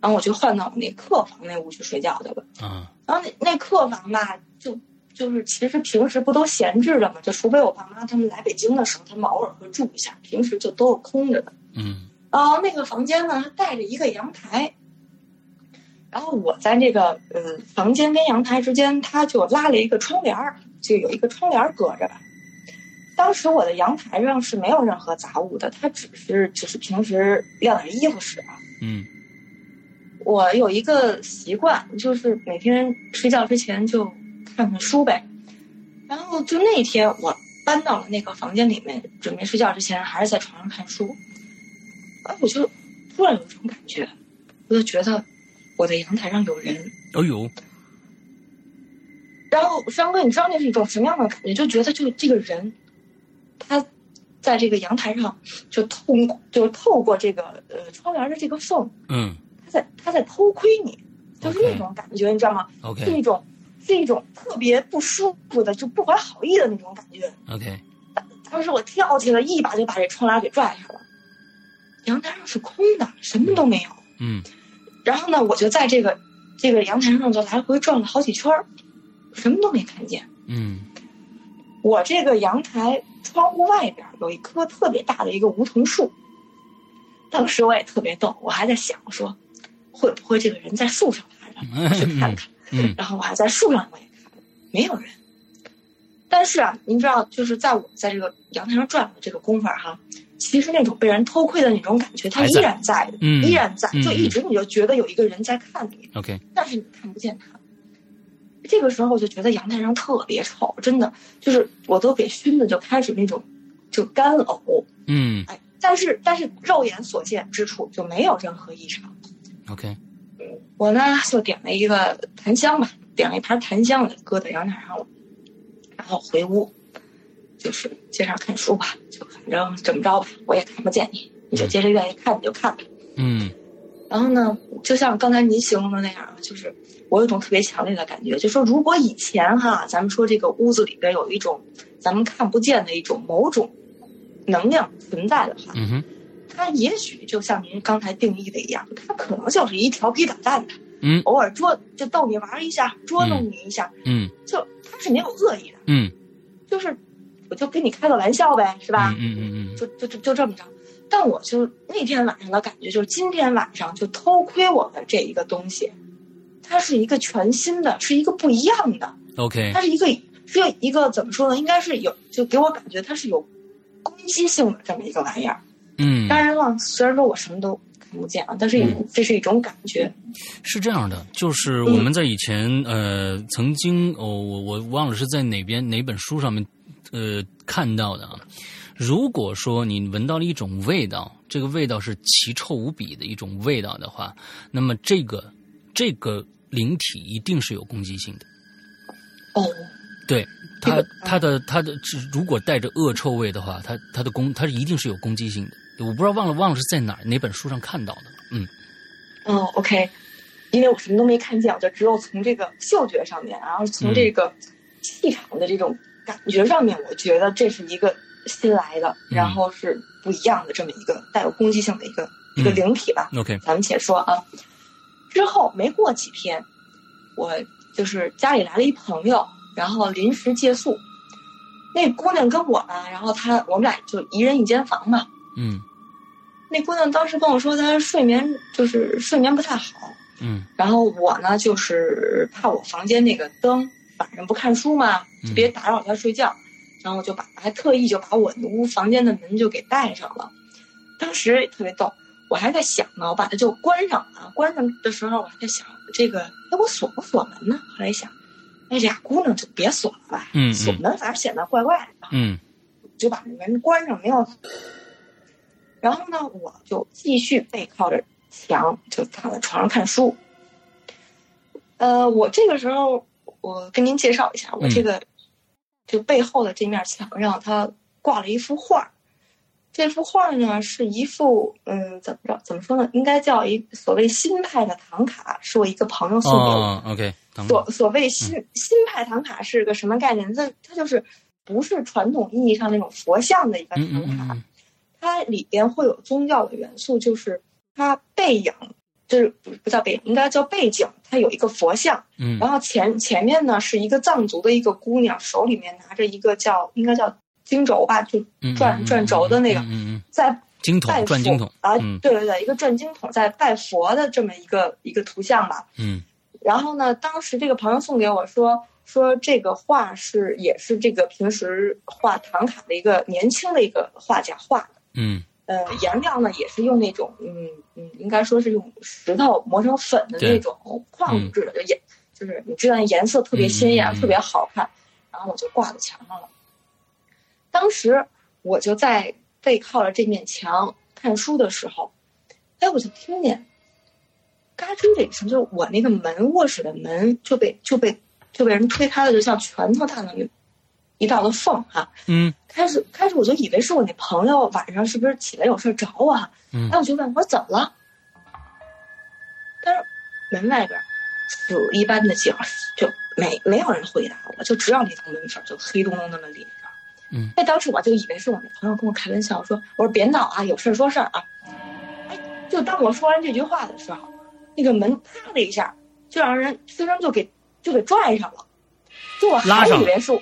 Speaker 2: 然后我就换到我那客房那屋去睡觉去了。
Speaker 1: 啊，
Speaker 2: 然后那那客房吧，就就是其实平时不都闲置的嘛，就除非我爸妈他们来北京的时候，他们偶尔会住一下，平时就都是空着的。
Speaker 1: 嗯
Speaker 2: 然后哦那个房间呢，它带着一个阳台。然后我在这个呃房间跟阳台之间，它就拉了一个窗帘儿，就有一个窗帘儿隔着吧。当时我的阳台上是没有任何杂物的，它只是只是平时晾点衣服使啊。
Speaker 1: 嗯
Speaker 2: 我有一个习惯，就是每天睡觉之前就看看书呗。然后就那一天，我搬到了那个房间里面，准备睡觉之前还是在床上看书。哎，我就突然有一种感觉，我就觉得我的阳台上有人。
Speaker 1: 哎呦，
Speaker 2: 然后山哥，你知道那是一种什么样的感觉？就觉得就这个人，他在这个阳台上就透就透过这个呃窗帘的这个缝，
Speaker 1: 嗯
Speaker 2: 他在他在偷窥你，就是那种感觉，你知道吗？是
Speaker 1: OK
Speaker 2: 一种是一种特别不舒服的，就不怀好意的那种感觉。
Speaker 1: OK，
Speaker 2: 当时我跳起来，一把就把这窗帘给拽下了。阳台上是空的，什么都没有。
Speaker 1: 嗯
Speaker 2: 然后呢，我就在这个这个阳台上就来回转了好几圈儿，什么都没看见。
Speaker 1: 嗯
Speaker 2: 我这个阳台窗户外边有一棵特别大的一个梧桐树，当时我也特别逗，我还在想说，会不会这个人在树上爬着？ 我去看看。
Speaker 1: 嗯
Speaker 2: 然后我还在树上我也看了，没有人。但是啊，您知道，就是在我在这个阳台上转的这个功夫儿哈，其实那种被人偷窥的那种感觉，它
Speaker 1: 还
Speaker 2: 依
Speaker 1: 在
Speaker 2: 然在的，
Speaker 1: 嗯
Speaker 2: 依然在，
Speaker 1: 嗯
Speaker 2: 就
Speaker 1: 嗯
Speaker 2: 一直你就觉得有一个人在看你，
Speaker 1: OK，
Speaker 2: 但是你看不见他。这个时候我就觉得阳台上特别臭，真的就是我都给熏的就开始那种就干呕，
Speaker 1: 嗯
Speaker 2: 哎，但是但是肉眼所见之处就没有任何异常。
Speaker 1: OK，
Speaker 2: 我呢就点了一个檀香吧，点了一盘檀香，搁在阳台上了，然后回屋，就是接着看书吧，就反正怎么着吧，我也看不见你，你就接着愿意看你就看吧。
Speaker 1: 嗯
Speaker 2: 然后呢，就像刚才您形容的那样啊，就是我有一种特别强烈的感觉，就说如果以前哈，咱们说这个屋子里边有一种咱们看不见的一种某种能量存在的话，
Speaker 1: 嗯哼，
Speaker 2: 它也许就像您刚才定义的一样，它可能就是一调皮捣蛋的，
Speaker 1: 嗯
Speaker 2: 偶尔捉就逗你玩儿一下，捉弄你一下，
Speaker 1: 嗯
Speaker 2: 就它是没有恶意的，
Speaker 1: 嗯
Speaker 2: 就是我就跟你开个玩笑呗，是吧？
Speaker 1: 嗯嗯嗯
Speaker 2: 就就就就这么着。但我就那天晚上的感觉，就是今天晚上就偷窥我的这一个东西，它是一个全新的，是一个不一样的，
Speaker 1: OK，
Speaker 2: 它是一个是一个怎么说呢？应该是有，就给我感觉它是有攻击性的这么一个玩意儿。
Speaker 1: 嗯，
Speaker 2: 当然了，虽然说我什么都看不见啊，但是也这是一种感觉。
Speaker 1: 是这样的，就是我们在以前、呃曾经哦我我忘了是在哪边哪本书上面呃看到的啊。如果说你闻到了一种味道，这个味道是奇臭无比的一种味道的话，那么这个这个灵体一定是有攻击性的。
Speaker 2: 哦，
Speaker 1: 对它
Speaker 2: 这个
Speaker 1: 它的它的，只如果带着恶臭味的话，它它的攻它一定是有攻击性的。我不知道忘了忘了是在哪儿哪本书上看到的了。嗯
Speaker 2: 嗯，OK，因为我什么都没看见，我就只有从这个嗅觉上面，然后从
Speaker 1: 嗯
Speaker 2: 这个气场的这种感觉上面，我觉得这是一个新来的，
Speaker 1: 嗯
Speaker 2: 然后是不一样的这么一个带有攻击性的一个、一个
Speaker 1: 嗯
Speaker 2: 灵体吧。
Speaker 1: ，OK，
Speaker 2: 咱们且说啊。之后没过几天，我就是家里来了一朋友，然后临时借宿。那姑娘跟我吧，然后她我们俩就一人一间房嘛。
Speaker 1: 嗯
Speaker 2: 那姑娘当时跟我说，她睡眠就是睡眠不太好，
Speaker 1: 嗯
Speaker 2: 然后我呢就是怕我房间那个灯晚上不看书嘛，
Speaker 1: 嗯
Speaker 2: 就别打扰她睡觉，然后我就把还特意就把我那屋房间的门就给带上了。当时特别逗，我还在想呢，我把它就关上了。关上的时候我还在想，这个哎我锁不锁门呢？后来一想，哎俩姑娘就别锁了吧，
Speaker 1: 嗯嗯
Speaker 2: 锁门反而显得怪怪的。
Speaker 1: 嗯
Speaker 2: 就把门关上，没有。然后呢，我就继续背靠着墙，就躺在床上看书。呃，我这个时候，我跟您介绍一下，我这个、
Speaker 1: 嗯、
Speaker 2: 就背后的这面墙上，它挂了一幅画。这幅画呢，是一幅嗯，怎么着？怎么说呢？应该叫一所谓新派的唐卡，是我一个朋友送给我。
Speaker 1: 哦，OK，唐卡
Speaker 2: 所所谓
Speaker 1: 嗯
Speaker 2: 新新派唐卡是个什么概念？它它就是不是传统意义上那种佛像的一个
Speaker 1: 嗯嗯
Speaker 2: 唐
Speaker 1: 嗯
Speaker 2: 卡，
Speaker 1: 嗯
Speaker 2: 它里边会有宗教的元素，就是它背影，就是不不叫背影，应该叫背景，它有一个佛像，
Speaker 1: 嗯，
Speaker 2: 然后前前面呢是一个藏族的一个姑娘，手里面拿着一个叫应该叫经轴吧，就
Speaker 1: 嗯
Speaker 2: 转转轴的那个
Speaker 1: 嗯嗯嗯嗯，
Speaker 2: 在
Speaker 1: 经筒
Speaker 2: 拜
Speaker 1: 转经筒
Speaker 2: 佛，啊，
Speaker 1: 嗯
Speaker 2: 对对对，一个转经筒在拜佛的这么一个一个图像吧。
Speaker 1: 嗯
Speaker 2: 然后呢，当时这个朋友送给我说说这个画是也是这个平时画唐卡的一个年轻的一个画家画的。
Speaker 1: 嗯，
Speaker 2: 呃，颜料呢也是用那种，嗯嗯，应该说是用石头磨成粉的
Speaker 1: 对嗯
Speaker 2: 那种矿物质的，就颜就是你知道那颜色特别鲜艳，
Speaker 1: 嗯嗯嗯
Speaker 2: 特别好看，然后我就挂在墙上了。当时我就在背靠着这面墙看书的时候，哎，我就听见嘎吱的一声，就是我那个门卧室的门就被就被就被人推开了，就像拳头大的那一道的缝哈、
Speaker 1: 嗯
Speaker 2: 开始开始我就以为是我那朋友晚上是不是起来有事儿找我啊？
Speaker 1: 嗯
Speaker 2: 那我就问我说怎么了？但是门外边儿死一般的静，就没没有人回答我，就只有那道门缝儿就黑洞洞那么立着。
Speaker 1: 嗯，
Speaker 2: 那哎当时我就以为是我那朋友跟我开玩笑说，我说别闹啊，有事儿说事儿啊。哎，就当我说完这句话的时候，那个门啪的一下，就让人虽然就给就给拽上了，就我
Speaker 1: 拉
Speaker 2: 还
Speaker 1: 上
Speaker 2: 以
Speaker 1: 了
Speaker 2: 为是我，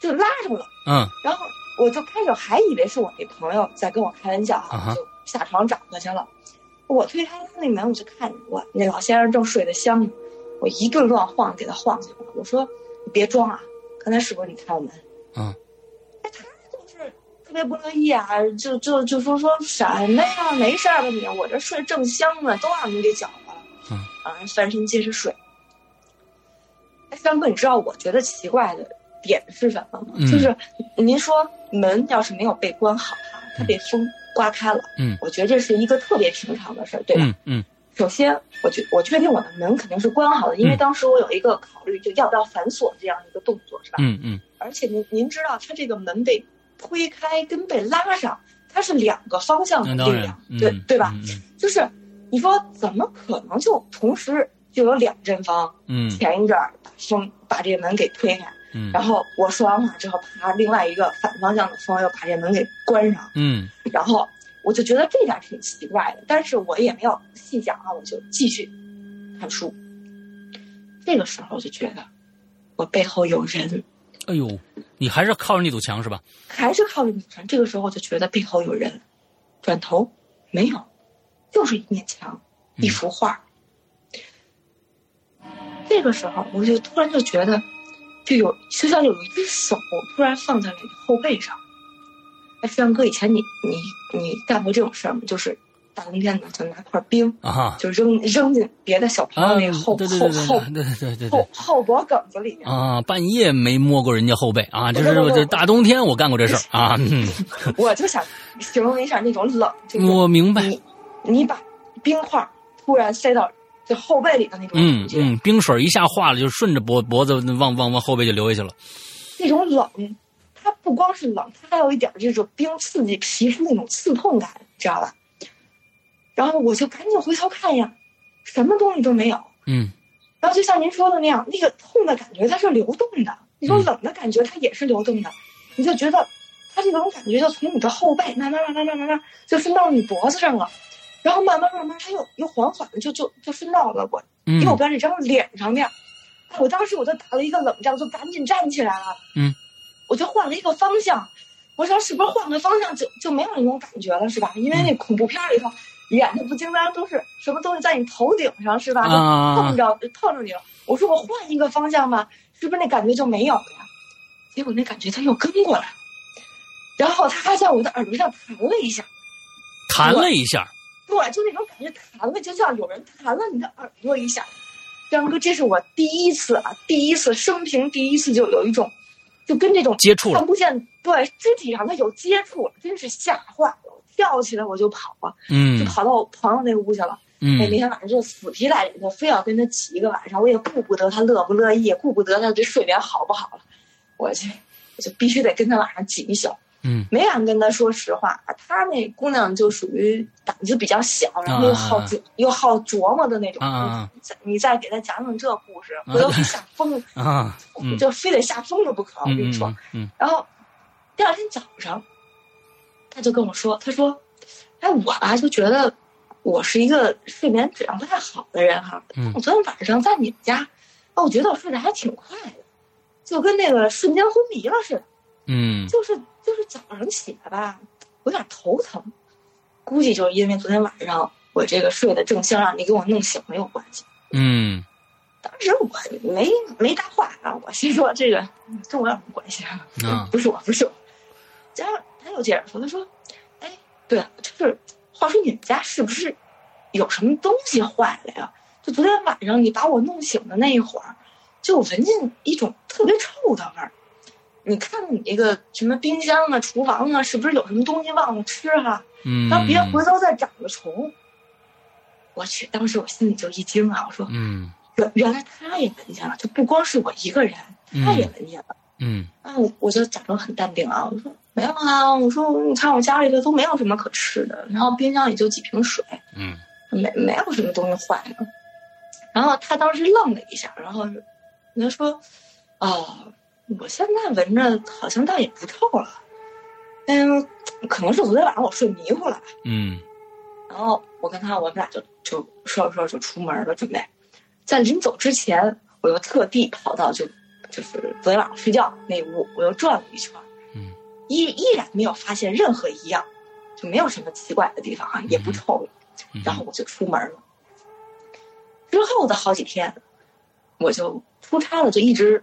Speaker 2: 就拉上了。
Speaker 1: 嗯
Speaker 2: 然后我就开始还以为是我那朋友在跟我开玩笑
Speaker 1: 啊哈
Speaker 2: 啊，就下床找他去了。我推开他那门，我就看我那老先生正睡得香呢，我一顿乱晃，给他晃醒了。我说：“你别装啊，刚才是不是你开我门？”
Speaker 1: 嗯，
Speaker 2: 哎，他就是特别不乐意啊，就就就说说什么呀，没事儿吧你，我这睡正香呢，都让你给搅和了。
Speaker 1: 嗯，
Speaker 2: 啊，翻身接着睡。哎，三哥，你知道我觉得奇怪的点是什么吗？
Speaker 1: 嗯
Speaker 2: 就是您说门要是没有被关好哈，它被风刮开了，
Speaker 1: 嗯
Speaker 2: 我觉得这是一个特别平常的事儿，对吧？
Speaker 1: 嗯嗯
Speaker 2: 首先，我确我确定我的门肯定是关好的，因为
Speaker 1: 嗯
Speaker 2: 当时我有一个考虑，就要不要反锁这样一个动作，是吧？
Speaker 1: 嗯嗯
Speaker 2: 而且您您知道，它这个门被推开跟被拉上，它是两个方向
Speaker 1: 那
Speaker 2: 的
Speaker 1: 当
Speaker 2: 力
Speaker 1: 然
Speaker 2: 量，，
Speaker 1: 嗯
Speaker 2: 对对吧？？
Speaker 1: 嗯
Speaker 2: 就是你说怎么可能就同时就有两阵风？
Speaker 1: 嗯
Speaker 2: 前一阵儿把风把这个门给推开，
Speaker 1: 嗯
Speaker 2: 然后我说完话之后，啪，另外一个反方向的风又把这门给关上，
Speaker 1: 嗯
Speaker 2: 然后我就觉得这点儿挺奇怪的，但是我也没有细想啊，我就继续看书。这个时候我就觉得我背后有人。
Speaker 1: 哎呦，你还是靠着那堵墙是吧？
Speaker 2: 还是靠着女神。这个时候我就觉得背后有人，转头没有，就是一面墙，
Speaker 1: 嗯
Speaker 2: 一幅画。这个时候我就突然就觉得，就有就像有一只手突然放在了你后背上。哎，飞扬哥，以前你你你干过这种事儿吗？就是大冬天的，就拿块冰
Speaker 1: 啊哈
Speaker 2: 就扔扔进别的小朋
Speaker 1: 啊，
Speaker 2: 友
Speaker 1: 对
Speaker 2: 那个后、
Speaker 1: 对对对
Speaker 2: 后后
Speaker 1: 对对对对
Speaker 2: 后。后脖梗子里面。
Speaker 1: 啊，半夜没摸过人家后背啊，这是这大冬天我干过这事儿啊，嗯，
Speaker 2: 我就想形容一下那种冷，就是
Speaker 1: 我明白，
Speaker 2: 你你把冰块突然塞到就后背里的那种
Speaker 1: 嗯
Speaker 2: 感觉，
Speaker 1: 嗯，冰水一下化了，就顺着脖脖子往往往后背就流下去了，
Speaker 2: 那种冷，它不光是冷，它还有一点这种冰刺激皮肤那种刺痛感，你知道吧？然后我就赶紧回头看呀，什么东西都没有。
Speaker 1: 嗯
Speaker 2: 然后就像您说的那样，那个痛的感觉它是流动的，你说
Speaker 1: 嗯
Speaker 2: 冷的感觉它也是流动的，你就觉得它这种感觉就从你的后背慢慢慢慢慢慢慢就伸到你脖子上了，然后慢慢慢慢它又又缓缓的就就就伸到了我
Speaker 1: 嗯
Speaker 2: 右边这张脸上面。哎我当时我就打了一个冷战，就赶紧站起来了。
Speaker 1: 嗯，
Speaker 2: 我就换了一个方向，我想是不是换个方向就就没有那种感觉了，是吧？
Speaker 1: 嗯
Speaker 2: 因为那恐怖片里头演的不经常都是什么东西在你头顶上，是吧？
Speaker 1: 啊
Speaker 2: 碰，着碰着你了。我说我换一个方向吧，是不是那感觉就没有了呀？结果那感觉他又跟过来，然后他还在我的耳朵上弹了一下，
Speaker 1: 弹了一下，
Speaker 2: 对，就那种感觉弹了，就像有人弹了你的耳朵一下。张哥，这是我第一次啊，第一次生平第一次就有一种，就跟这种
Speaker 1: 接触了
Speaker 2: 看，不见，对，肢体上他有接触了，真是吓坏了，我跳起来我就跑啊，就
Speaker 1: 嗯
Speaker 2: 跑到我朋友那屋去了。
Speaker 1: 嗯
Speaker 2: 那天晚上就死皮赖脸的，非要跟他起一个晚上，我也顾不得他乐不乐意，顾不得他这睡眠好不好了，我就我就必须得跟他晚上挤一宿。
Speaker 1: 嗯
Speaker 2: 没敢跟他说实话，他那姑娘就属于胆子比较小，然后又好琢、又好琢磨的那种。
Speaker 1: 啊啊
Speaker 2: 你再你再给他讲讲这故事，回头给吓疯了，
Speaker 1: 啊， 嗯
Speaker 2: 就非得吓疯了不可。我
Speaker 1: 嗯
Speaker 2: 跟你说，
Speaker 1: 嗯嗯
Speaker 2: 然后第二天早上，他就跟我说，他说：“哎，我吧就觉得我是一个睡眠质量不太好的人哈。
Speaker 1: 嗯
Speaker 2: 我昨天晚上在你们家，哦，我觉得我睡得还挺快的，就跟那个瞬间昏迷了似的。”
Speaker 1: 嗯
Speaker 2: 就是就是早上起来吧，有点头疼，估计就是因为昨天晚上我这个睡得正香，让你给我弄醒没有关系。
Speaker 1: 嗯
Speaker 2: 当时我没没搭话啊，我心说这个嗯跟我有什么关系啊？
Speaker 1: 嗯啊
Speaker 2: 不是我，不是我。加上他又接着说，他说：“哎，对了，就是话说你们家是不是有什么东西坏了呀？就昨天晚上你把我弄醒的那一会儿，就闻见一种特别臭的味儿。你看你那个什么冰箱啊、厨房啊，是不是有什么东西忘了吃哈、
Speaker 1: 嗯，
Speaker 2: 然后别回头再长了虫。”我去，当时我心里就一惊啊！我说，
Speaker 1: 嗯
Speaker 2: 原原来他也闻见了，就不光是我一个人，他也
Speaker 1: 嗯
Speaker 2: 闻见了。
Speaker 1: 嗯
Speaker 2: 啊，我我就假装很淡定啊，我说没有啊，我说你看我家里头都没有什么可吃的，然后冰箱也就几瓶水，
Speaker 1: 嗯
Speaker 2: 没没有什么东西坏的。然后他当时愣了一下，然后他说：“哦，我现在闻着好像倒也不臭了，嗯，可能是昨天晚上我睡迷糊了。”
Speaker 1: 嗯
Speaker 2: 然后我跟他，我们俩就就说着说着就出门了，准备在临走之前，我又特地跑到就就是昨天晚上睡觉那屋，我又转了一圈，
Speaker 1: 嗯，
Speaker 2: 依依然没有发现任何一样，就没有什么奇怪的地方啊，也不臭了。
Speaker 1: 嗯，
Speaker 2: 然后我就出门了。之后的好几天，我就出差了，就一直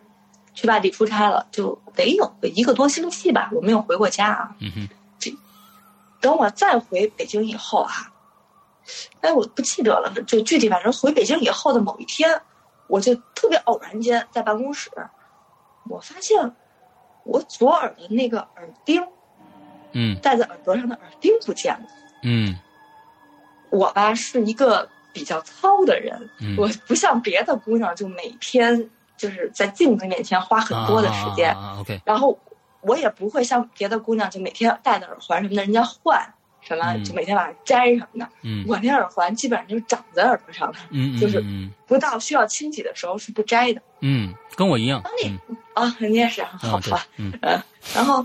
Speaker 2: 去外地出差了，就得有个一个多星期吧，我没有回过家啊。
Speaker 1: 嗯哼
Speaker 2: 等我再回北京以后啊，哎，我不记得了，就具体反正回北京以后的某一天，我就特别偶然间在办公室，我发现我左耳的那个耳钉
Speaker 1: 嗯
Speaker 2: 戴在耳朵上的耳钉不见了。
Speaker 1: 嗯
Speaker 2: 我吧是一个比较糙的人，
Speaker 1: 嗯，
Speaker 2: 我不像别的姑娘，就每天就是在镜子面前花很多的时间，
Speaker 1: OK，
Speaker 2: 然后我也不会像别的姑娘就每天戴的耳环什么的，人家换什么
Speaker 1: 嗯
Speaker 2: 就每天晚上摘什么的。
Speaker 1: 嗯
Speaker 2: 我那耳环基本上就是长在耳朵上的，
Speaker 1: 嗯嗯
Speaker 2: 不到需要清洗的时候是不摘的
Speaker 1: 嗯，跟我一样，嗯
Speaker 2: 啊。你也是，啊，好
Speaker 1: 啊对
Speaker 2: 吧。，
Speaker 1: 嗯
Speaker 2: 然后，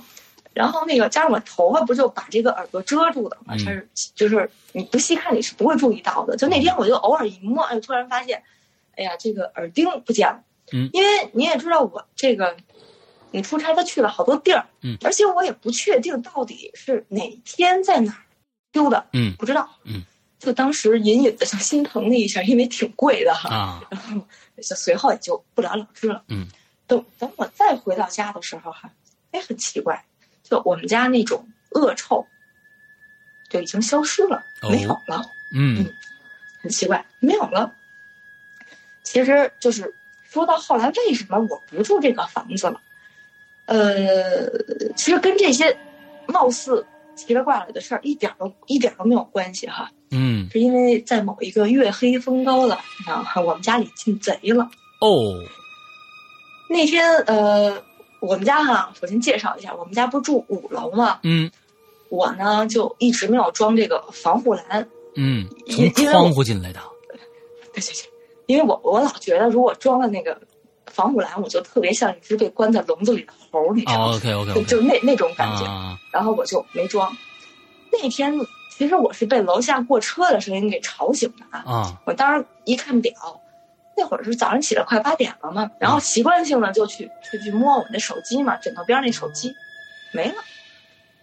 Speaker 2: 然后那个加上我头发不就把这个耳朵遮住了吗？
Speaker 1: 嗯
Speaker 2: 它是就是你不细看你是不会注意到的。就那天我就偶尔一摸，哎，突然发现，哎呀，这个耳钉不见了。
Speaker 1: 嗯
Speaker 2: 因为你也知道我这个，你出差他去了好多地儿，
Speaker 1: 嗯，
Speaker 2: 而且我也不确定到底是哪天在哪儿丢的，
Speaker 1: 嗯
Speaker 2: 不知道，
Speaker 1: 嗯。
Speaker 2: 就当时隐隐的就心疼了一下，因为挺贵的哈。
Speaker 1: 啊
Speaker 2: 然后就随后也就不了了之了。
Speaker 1: 嗯，
Speaker 2: 等等我再回到家的时候哈，哎，很奇怪，就我们家那种恶臭就已经消失了，
Speaker 1: 哦
Speaker 2: 没有了，
Speaker 1: 嗯
Speaker 2: 很奇怪，没有了。其实就是说到后来，为什么我不住这个房子了？呃，其实跟这些貌似奇了怪了的事儿一点儿都一点儿都没有关系哈，
Speaker 1: 嗯
Speaker 2: 是因为在某一个月黑风高的晚上哈，我们家里进贼了。
Speaker 1: 哦
Speaker 2: 那天呃，我们家哈、啊首先介绍一下，我们家不是住五楼嘛，
Speaker 1: 嗯
Speaker 2: 我呢就一直没有装这个防护栏，
Speaker 1: 嗯，从窗户进来的，
Speaker 2: 对对对，因为我我老觉得如果装了那个防护栏，我就特别像一只被关在笼子里的猴儿，你知道吗？
Speaker 1: OK OK
Speaker 2: 就
Speaker 1: 哦 OK，
Speaker 2: 就那那种感觉，
Speaker 1: 啊
Speaker 2: 然后我就没装。那天其实我是被楼下过车的声音给吵醒的啊，
Speaker 1: 啊
Speaker 2: 我当时一看表。那会儿是早上起来快八点了嘛，然
Speaker 1: 嗯
Speaker 2: 后习惯性的就去去去摸我那手机嘛，枕头边儿那手机没了，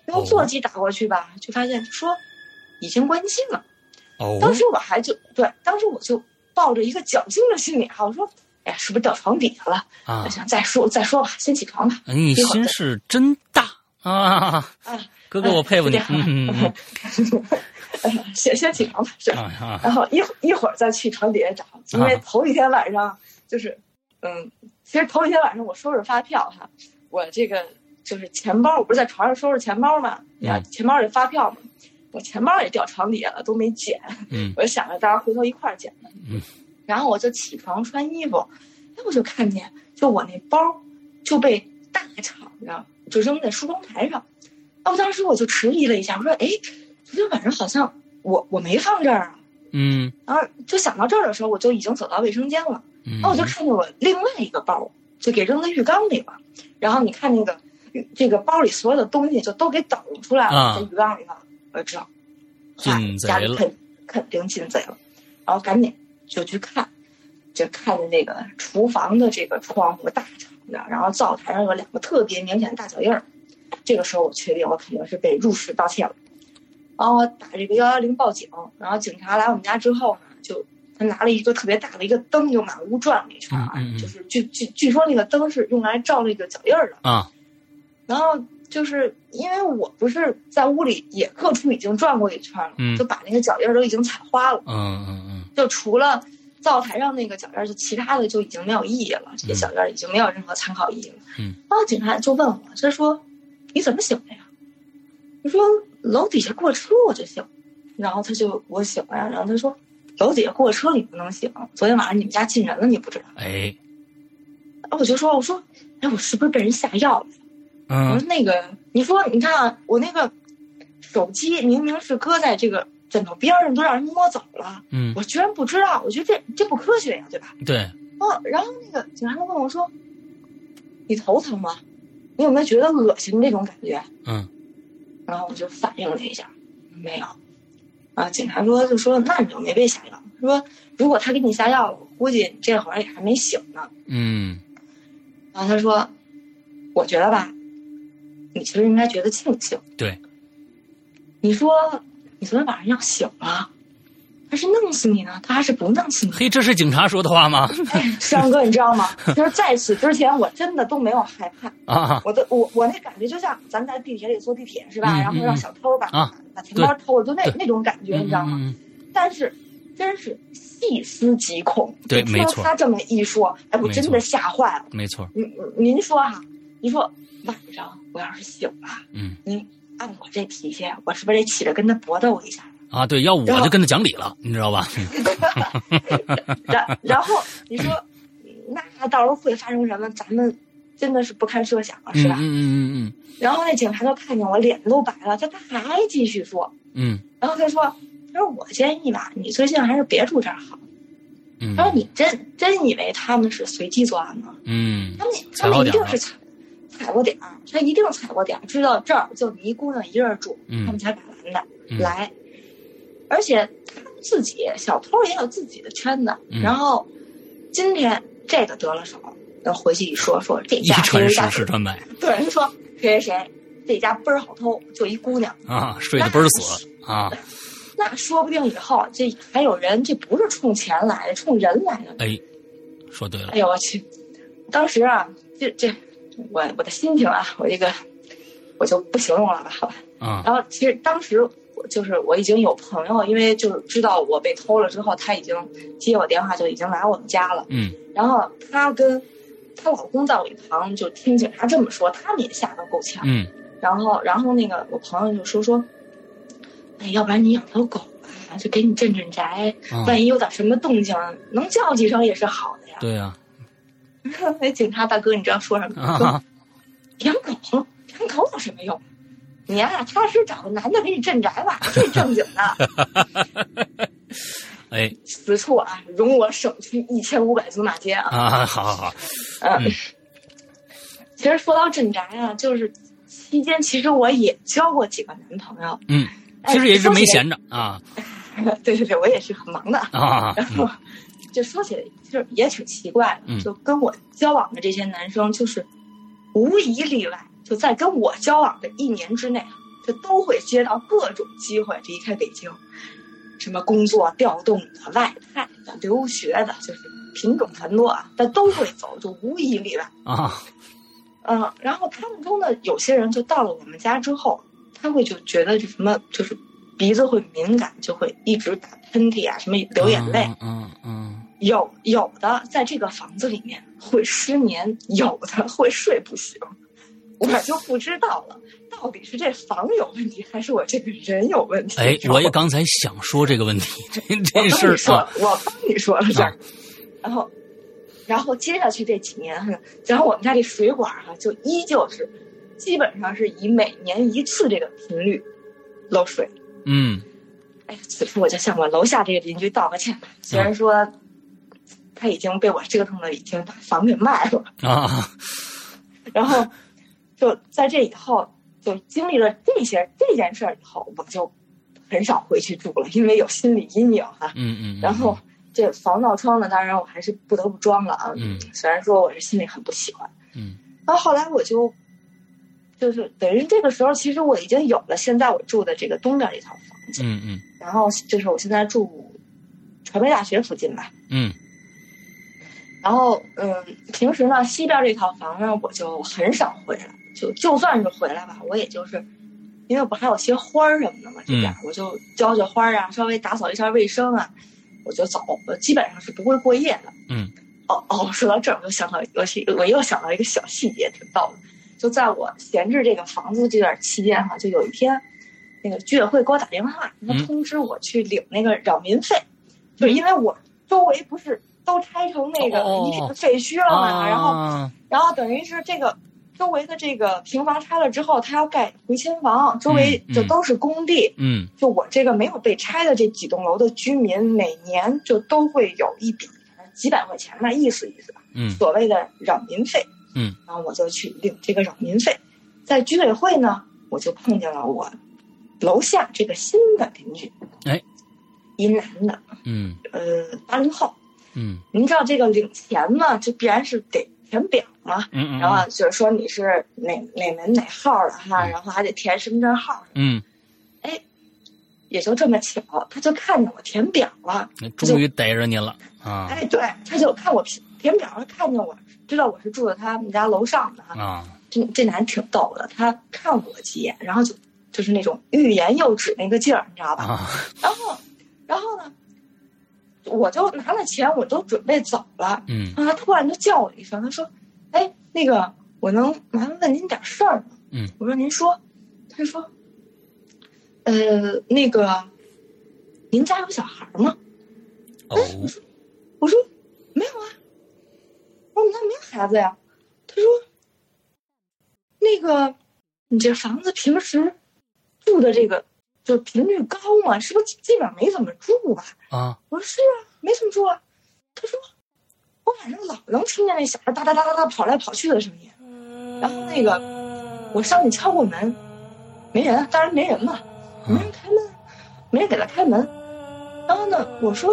Speaker 2: 然后
Speaker 1: 哦
Speaker 2: 座机打过去吧，就发现说已经关机了。
Speaker 1: 哦
Speaker 2: 当时我还就对，当时我就抱着一个侥幸的心理哈，我说，哎呀，是不是掉床底下了？
Speaker 1: 啊
Speaker 2: 我，想再说再说吧，先起床吧。
Speaker 1: 你心是真大啊，哥哥我佩服你，嗯嗯
Speaker 2: 哎呀 先先起床吧，是。
Speaker 1: 啊啊
Speaker 2: 然后一会一会儿再去床底下找，因为
Speaker 1: 啊
Speaker 2: 头一天晚上就是，嗯，其实头一天晚上我收拾发票哈，
Speaker 1: 嗯
Speaker 2: 我这个就是钱包，我不是在床上收拾钱包嘛，然后钱包里发票嘛，我钱包也掉床底下了，都没捡。
Speaker 1: 嗯
Speaker 2: 我就想着到时候回头一块儿捡吧。
Speaker 1: 嗯
Speaker 2: 然后我就起床穿衣服，哎，我就看见，就我那包就被大敞着，就扔在梳妆台上。啊，我当时我就迟疑了一下，我说：“哎，昨天晚上好像我我没放这儿啊。
Speaker 1: 嗯”
Speaker 2: 然后就想到这儿的时候，我就已经走到卫生间了。
Speaker 1: 嗯，
Speaker 2: 然后我就看见我另外一个包就给扔在浴缸里了，然后你看那个这个包里所有的东西就都给抖出来了，
Speaker 1: 啊
Speaker 2: 在浴缸里了，我就知道，
Speaker 1: 进贼
Speaker 2: 哇家里
Speaker 1: 了
Speaker 2: 肯肯定进贼了，然后赶紧就去看，就看见那个厨房的这个窗户大敞着，然后灶台上有两个特别明显的大脚印儿，这个时候我确定我肯定是被入室盗窃了，然后我打这个幺幺零报警，然后警察来我们家之后呢，就他拿了一个特别大的一个灯，就满屋转了一圈啊，
Speaker 1: 嗯嗯嗯
Speaker 2: 就是据据据说那个灯是用来照那个脚印儿的，
Speaker 1: 啊，
Speaker 2: 然后就是因为我不是在屋里也各处已经转过一圈了，
Speaker 1: 嗯
Speaker 2: 就把那个脚印儿都已经踩花了，
Speaker 1: 嗯嗯
Speaker 2: 就除了灶台上那个脚印儿，就其他的就已经没有意义了，这些
Speaker 1: 嗯
Speaker 2: 脚印儿已经没有任何参考意义了。
Speaker 1: 嗯，
Speaker 2: 然后警察就问我，他说你怎么醒的呀？我说楼底下过车我就醒，然后他就我醒了呀，然后他说楼底下过车你不能醒，昨天晚上你们家进人了你不知道？
Speaker 1: 嗯，哎，
Speaker 2: 啊，我就说我说哎我是不是被人下药了？我
Speaker 1: 嗯
Speaker 2: 说那个，你说你看啊，我那个手机明明是搁在这个枕头边儿上，都让人摸走了，
Speaker 1: 嗯，
Speaker 2: 我居然不知道，我觉得这这不科学呀，对吧？
Speaker 1: 对，
Speaker 2: 哦，然后那个警察就问我说：“你头疼吗？你有没有觉得恶心这种感觉
Speaker 1: 嗯？”
Speaker 2: 然后我就反应了一下，没有。啊，警察说就说那你就没被下药。说如果他给你下药了，我估计你这会儿也还没醒呢。
Speaker 1: 嗯
Speaker 2: 然后他说：“我觉得吧，你其实应该觉得庆幸。
Speaker 1: 对，
Speaker 2: 你说你昨天晚上要醒了，他是弄死你呢，他还是不弄死你？
Speaker 1: 嘿，这是警察说的话吗？
Speaker 2: 哎，山哥，你知道吗？就是在此之前，我真的都没有害怕，
Speaker 1: 啊，
Speaker 2: 我的我我那感觉就像咱在地铁里坐地铁是吧？
Speaker 1: 嗯
Speaker 2: 然后让小偷把、
Speaker 1: 嗯啊
Speaker 2: 把钱包偷了，就那
Speaker 1: 对
Speaker 2: 那种感觉，你知道吗？
Speaker 1: 嗯
Speaker 2: 但是真是细思极恐，
Speaker 1: 对
Speaker 2: 听
Speaker 1: 没错
Speaker 2: 他这么一说，哎，我
Speaker 1: 没
Speaker 2: 真
Speaker 1: 错
Speaker 2: 的吓坏了。
Speaker 1: 没错，
Speaker 2: 您您说哈、您说晚上我要是醒了，
Speaker 1: 嗯
Speaker 2: 您按我这脾气，我是不是得起来跟他搏斗一下？
Speaker 1: 啊，对，要我
Speaker 2: 然后
Speaker 1: 就跟他讲理了，你知道吧？
Speaker 2: 然 然后你说，
Speaker 1: 嗯
Speaker 2: 那到时候会发生什么？咱们真的是不堪设想了，啊
Speaker 1: 嗯
Speaker 2: 是
Speaker 1: 嗯
Speaker 2: 吧？
Speaker 1: 嗯嗯
Speaker 2: 然后那警察就看见我脸都白了，他他还继续说，
Speaker 1: 嗯
Speaker 2: 然后他说。他说：“我建议吧，你最近还是别住这儿好。”
Speaker 1: 嗯，
Speaker 2: 他说：“你真真以为他们是随机作案吗？
Speaker 1: 嗯
Speaker 2: 他们
Speaker 1: 踩
Speaker 2: 他
Speaker 1: 过
Speaker 2: 们一
Speaker 1: 点儿
Speaker 2: 定
Speaker 1: 了
Speaker 2: 是踩踩过点儿，他一定踩过点儿，知道这儿就你一姑娘一人住，
Speaker 1: 嗯
Speaker 2: 他们才敢来的、
Speaker 1: 嗯
Speaker 2: 来。而且他们自己小偷也有自己的圈子，
Speaker 1: 嗯
Speaker 2: 然后今天这个得了手，然后回去一说说这
Speaker 1: 一
Speaker 2: 家谁
Speaker 1: 传
Speaker 2: 谁
Speaker 1: 十，
Speaker 2: 家
Speaker 1: 十传百
Speaker 2: 对人说谁谁谁这家倍儿好偷，就一姑娘，
Speaker 1: 啊，睡得倍儿死啊，
Speaker 2: 那说不定以后这还有人这不是冲钱来的，冲人来的。
Speaker 1: 哎，说对了
Speaker 2: 哎，呦我去！当时啊，这这，我我的心情啊，我这个我就不形容了吧，好吧。
Speaker 1: 啊，
Speaker 2: 然后其实当时我就是我已经有朋友，因为就是知道我被偷了之后，他已经接我电话就已经来我们家了。
Speaker 1: 嗯
Speaker 2: 然后她跟她老公在我一旁就听警察这么说，他们也吓得够呛。
Speaker 1: 嗯
Speaker 2: 然后然后那个我朋友就说说，哎，要不然你养条狗吧，就给你镇镇宅，
Speaker 1: 啊，
Speaker 2: 万一有点什么动静，能叫几声也是好的呀。
Speaker 1: 对啊 呀
Speaker 2: 那警察大哥，你知道说什么吗？说
Speaker 1: 啊，
Speaker 2: 养狗，养狗有什么用？你呀、踏实找个男的给你镇宅吧，这正经的。
Speaker 1: 哎
Speaker 2: 此处啊，容我省去一千五百字马街啊。
Speaker 1: 啊，好好好，
Speaker 2: 嗯
Speaker 1: 嗯，
Speaker 2: 其实说到镇宅啊，就是期间其实我也交过几个男朋友，
Speaker 1: 嗯，
Speaker 2: 哎
Speaker 1: 其实也是没。
Speaker 2: 说
Speaker 1: 闲着啊
Speaker 2: 起来对对对，我也是很忙的。
Speaker 1: 啊，
Speaker 2: 然后就说起来，就是也挺奇怪的
Speaker 1: 嗯，
Speaker 2: 就跟我交往的这些男生，就是无一例外，就在跟我交往的一年之内，就都会接到各种机会离开北京，什么工作调动的、外派的、留学的，就是品种繁多啊，但都会走，就无一例外。
Speaker 1: 啊，
Speaker 2: 嗯，然后他们中的有些人就到了我们家之后，他会就觉得就什么就是鼻子会敏感，就会一直打喷嚏啊，什么流眼泪。，
Speaker 1: 嗯嗯
Speaker 2: 有有的在这个房子里面会失眠，有的会睡不醒，我就不知道了，到底是这房有问题，还是我这个人有问题？
Speaker 1: 哎，我也刚才想说这个问题， 这这事
Speaker 2: 我帮你说
Speaker 1: 儿
Speaker 2: 了，我帮你说了这儿
Speaker 1: 啊，
Speaker 2: 然后，然后接下去这几年哈，然后我们家这水管哈、就依旧是，基本上是以每年一次这个频率漏水。
Speaker 1: 嗯
Speaker 2: 哎，此处我就向我楼下这个邻居道个歉吧，虽然说他已经被我折腾的已经把房给卖了，
Speaker 1: 啊，
Speaker 2: 然后就在这以后，就经历了这些这件事儿以后，我就很少回去住了，因为有心理阴影哈、
Speaker 1: 嗯嗯，
Speaker 2: 然后这防盗窗呢，当然我还是不得不装了啊，
Speaker 1: 嗯
Speaker 2: 虽然说我是心里很不喜欢。
Speaker 1: 嗯
Speaker 2: 然后后来我就就是等于这个时候，其实我已经有了现在我住的这个东边这套房子，
Speaker 1: 嗯嗯
Speaker 2: 然后就是我现在住传媒大学附近吧。
Speaker 1: 嗯
Speaker 2: 然后，嗯，平时呢，西边这套房呢，我就很少回来，就就算是回来吧，我也就是，因为不还有些花儿什么的嘛，这边、我就浇浇花儿啊，稍微打扫一下卫生啊，我就走，我基本上是不会过夜的。
Speaker 1: 嗯。
Speaker 2: 哦哦，说到这儿，我又想到，我是我又想到一个小细节，挺逗的。就在我闲置这个房子这段期间哈、就有一天，那个居委会给我打电话，他
Speaker 1: 嗯
Speaker 2: 通知我去领那个扰民费，就是因为我周围不是都拆成那个
Speaker 1: 哦
Speaker 2: 一片废墟了嘛，
Speaker 1: 啊，
Speaker 2: 然后然后等于是这个周围的这个平房拆了之后，他要盖回迁房，周围
Speaker 1: 嗯
Speaker 2: 就
Speaker 1: 嗯
Speaker 2: 都是工地，
Speaker 1: 嗯
Speaker 2: 就我这个没有被拆的这几栋楼的居民，每年就都会有一笔几百块钱吧，意思意思吧，
Speaker 1: 嗯
Speaker 2: 所谓的扰民费。
Speaker 1: 嗯，
Speaker 2: 然后我就去领这个扰民费，在居委会呢，我就碰见了我楼下这个新的邻居，
Speaker 1: 哎，
Speaker 2: 一男的，
Speaker 1: 嗯
Speaker 2: 呃，八零后。
Speaker 1: 嗯
Speaker 2: 您知道这个领钱嘛，这必然是得填表嘛，
Speaker 1: 嗯，
Speaker 2: 然后就是说你是哪哪门哪号的哈，
Speaker 1: 嗯
Speaker 2: 然后还得填身份证号，
Speaker 1: 嗯，
Speaker 2: 也就这么巧，他就看见我填表了。
Speaker 1: 哎终于逮着你了啊
Speaker 2: 哎，对，他就看我填填表上看见我，知道我是住在他们家楼上的啊。
Speaker 1: 啊
Speaker 2: 这这男挺逗的，他看我几眼，然后就就是那种欲言又止那个劲儿，你知道吧？
Speaker 1: 啊
Speaker 2: 然后，然后呢，我就拿了钱，我都准备走了，
Speaker 1: 嗯
Speaker 2: 啊然后他突然就叫我一声，他说：“哎，那个，我能麻烦问您点事儿吗？”
Speaker 1: 嗯，
Speaker 2: 我说：“您说。”他说：“呃，那个，您家有小孩吗？”
Speaker 1: 哦
Speaker 2: 我说没有啊，我说我们家没有孩子呀。他说那个你这房子平时住的这个就频率高嘛，是不是基本上没怎么住吧？
Speaker 1: 啊
Speaker 2: 我说是啊，没怎么住啊。他说我晚上老能听见那小孩哒哒哒哒哒跑来跑去的声音，然后那个我上去敲过门，没人，当然没人嘛，没人开门，没人给他开门。然后呢，我说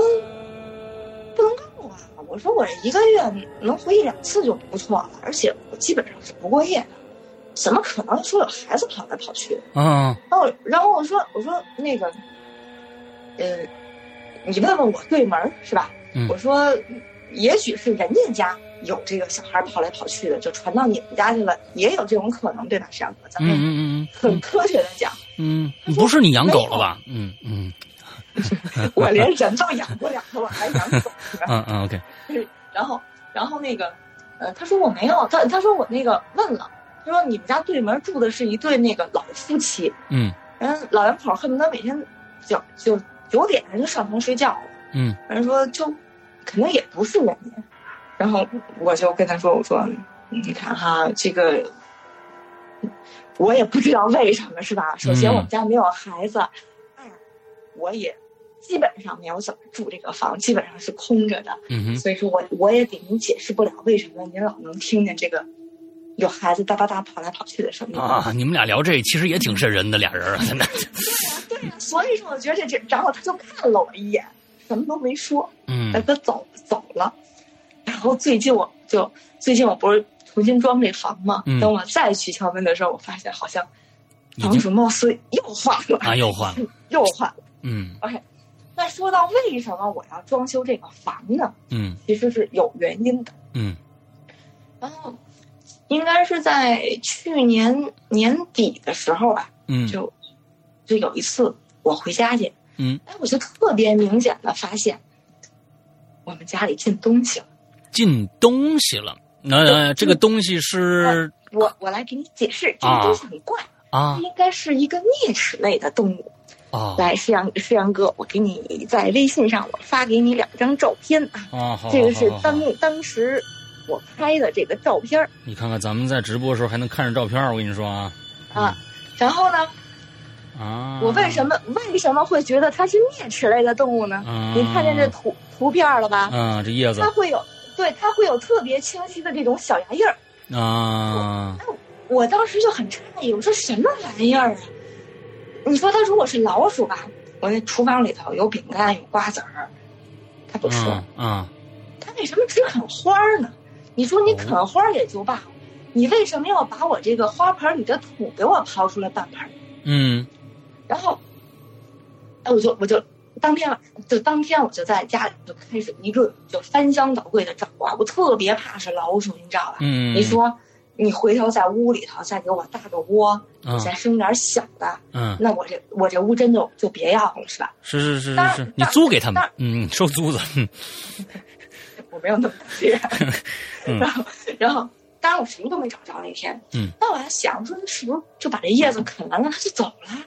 Speaker 2: 不能告啊，我说我这一个月能回一两次就不错了，而且我基本上是不过夜的，怎么可能说有孩子跑来跑去的？
Speaker 1: 啊
Speaker 2: 然后然后我说我说那个，呃，你问问我对门儿是吧？
Speaker 1: 嗯
Speaker 2: 我说也许是人家家有这个小孩跑来跑去的，就传到你们家去了，也有这种可能，对吧，山哥？咱
Speaker 1: 嗯
Speaker 2: 们
Speaker 1: 嗯
Speaker 2: 很
Speaker 1: 嗯
Speaker 2: 科学的讲，
Speaker 1: 嗯嗯，不是你养狗了吧？嗯嗯
Speaker 2: 我连人都养不了了，我还养狗呢。
Speaker 1: 嗯嗯 OK
Speaker 2: 然后，然后那个，呃，他说我没有，他他说我那个问了，他说你们家对门住的是一对那个老夫妻，
Speaker 1: 嗯
Speaker 2: 人老两口恨不得每天九就九点就上床睡觉了，
Speaker 1: 嗯
Speaker 2: 人说就肯定也不是人家，然后我就跟他说，我说你看哈，这个我也不知道为什么是吧？首先
Speaker 1: 嗯
Speaker 2: 我们家没有孩子，二我也基本上没有怎么住这个房，基本上是空着的。
Speaker 1: 嗯哼
Speaker 2: 所以说我我也给您解释不了为什么您老能听见这个有孩子哒哒哒跑来跑去的声音。
Speaker 1: 啊，你们俩聊这其实也挺瘆人的，俩人 啊，真的。
Speaker 2: 对呀、所以说我觉得这这，然后他就看了我一眼，什么都没说，
Speaker 1: 嗯
Speaker 2: 但他走走了。然后最近我就最近我不是重新装这房嘛，
Speaker 1: 嗯
Speaker 2: 等我再去敲门的时候，我发现好像
Speaker 1: 已经
Speaker 2: 房主貌似又换了，
Speaker 1: 啊，又换了。
Speaker 2: 又换了。
Speaker 1: 嗯
Speaker 2: 那说到为什么我要装修这个房呢？
Speaker 1: 嗯
Speaker 2: 其实是有原因的。
Speaker 1: 嗯
Speaker 2: 然后哦应该是在去年年底的时候吧，
Speaker 1: 嗯
Speaker 2: 就就有一次我回家去，
Speaker 1: 嗯，
Speaker 2: 哎，我就特别明显的发现我们家里进东西了，
Speaker 1: 进东西了。那、呃、这个东西是
Speaker 2: 我我来给你解释，这个东西很怪，
Speaker 1: 啊
Speaker 2: 它应该是一个啮齿类的动物。
Speaker 1: 啊
Speaker 2: 来，诗阳诗阳哥，我给你在微信上我发给你两张照片啊，
Speaker 1: 啊！好，
Speaker 2: 这个是
Speaker 1: 好好好
Speaker 2: 当当时我拍的这个照片儿
Speaker 1: 你看看咱们在直播的时候还能看着照片儿，我跟你说啊
Speaker 2: 啊。然后呢，
Speaker 1: 啊！
Speaker 2: 我为什么为什么会觉得它是啮齿类的动物呢？
Speaker 1: 啊？
Speaker 2: 你看见这图图片儿了吧？
Speaker 1: 啊，这叶子
Speaker 2: 它会有对它会有特别清晰的这种小牙印儿。
Speaker 1: 啊
Speaker 2: 我当时就很诧异，我说什么玩意儿啊？你说它如果是老鼠吧，我那厨房里头有饼干有瓜子儿，它不吃，
Speaker 1: 啊啊
Speaker 2: 它为什么只啃花儿呢？你说你啃花儿也就罢了，你为什么要把我这个花盆里的土给我刨出来半盆儿？
Speaker 1: 嗯
Speaker 2: 然后，哎，我就我就当天晚就当天我就在家里就开始一顿就翻箱倒柜的找啊，我特别怕是老鼠，你知道吧？
Speaker 1: 嗯，
Speaker 2: 你说你回头在屋里头再给我搭个窝，
Speaker 1: 啊
Speaker 2: 再生点小的，
Speaker 1: 嗯
Speaker 2: 那我这我这屋真就就别要了，是吧？
Speaker 1: 是是是是是，你租给他们，嗯，收租子，嗯
Speaker 2: 我没有那么大志。 然后，然后，当然我什么都没找着那天。
Speaker 1: 嗯。
Speaker 2: 那我还想，我说那是不是就把这叶子啃完了，它就走了？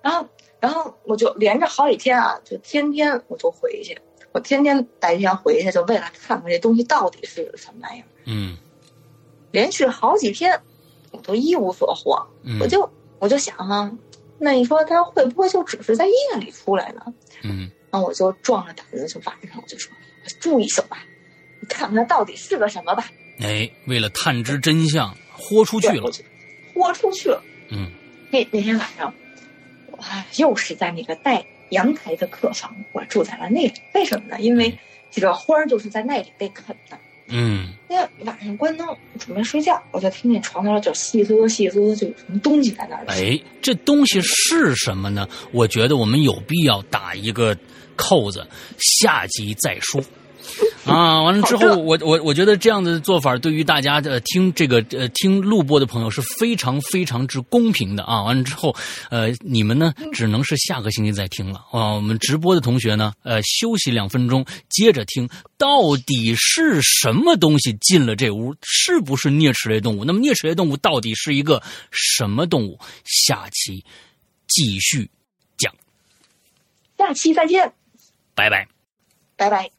Speaker 2: 然后，然后我就连着好几天啊，就天天我就回去，我天天白天回去，就为了看看这东西到底是什么玩意儿。
Speaker 1: 嗯
Speaker 2: 连续好几天，我都一无所获。
Speaker 1: 嗯，
Speaker 2: 我就我就想啊，那你说它会不会就只是在夜里出来呢？
Speaker 1: 嗯
Speaker 2: 然后我就壮着胆子，就晚上我就说，我住一宿吧，你看看它到底是个什么吧。
Speaker 1: 哎，为了探知真相，豁出去
Speaker 2: 对，
Speaker 1: 了
Speaker 2: 我，就豁出去了。
Speaker 1: 嗯
Speaker 2: 那那天晚上，我又是在那个带阳台的客房，我住在了那里。为什么呢？因为这个花儿就是在那里被啃的。
Speaker 1: 嗯
Speaker 2: 那晚上关灯准备睡觉，我就听见床头就细嗦细嗦，就有什么东西在那儿。
Speaker 1: 哎，这东西是什么呢？我觉得我们有必要打一个扣子，下集再说。啊，完了之
Speaker 2: 好
Speaker 1: 后，
Speaker 2: 的
Speaker 1: 我我我觉得这样的做法对于大家的、呃听这个呃听录播的朋友是非常非常之公平的啊。完了之后，呃，你们呢只能是下个星期再听了啊。我们直播的同学呢，呃，休息两分钟，接着听，到底是什么东西进了这屋？是不是啮齿类动物？那么啮齿类动物到底是一个什么动物？下期继续讲，
Speaker 2: 下期再见，
Speaker 1: 拜拜。
Speaker 2: 拜拜。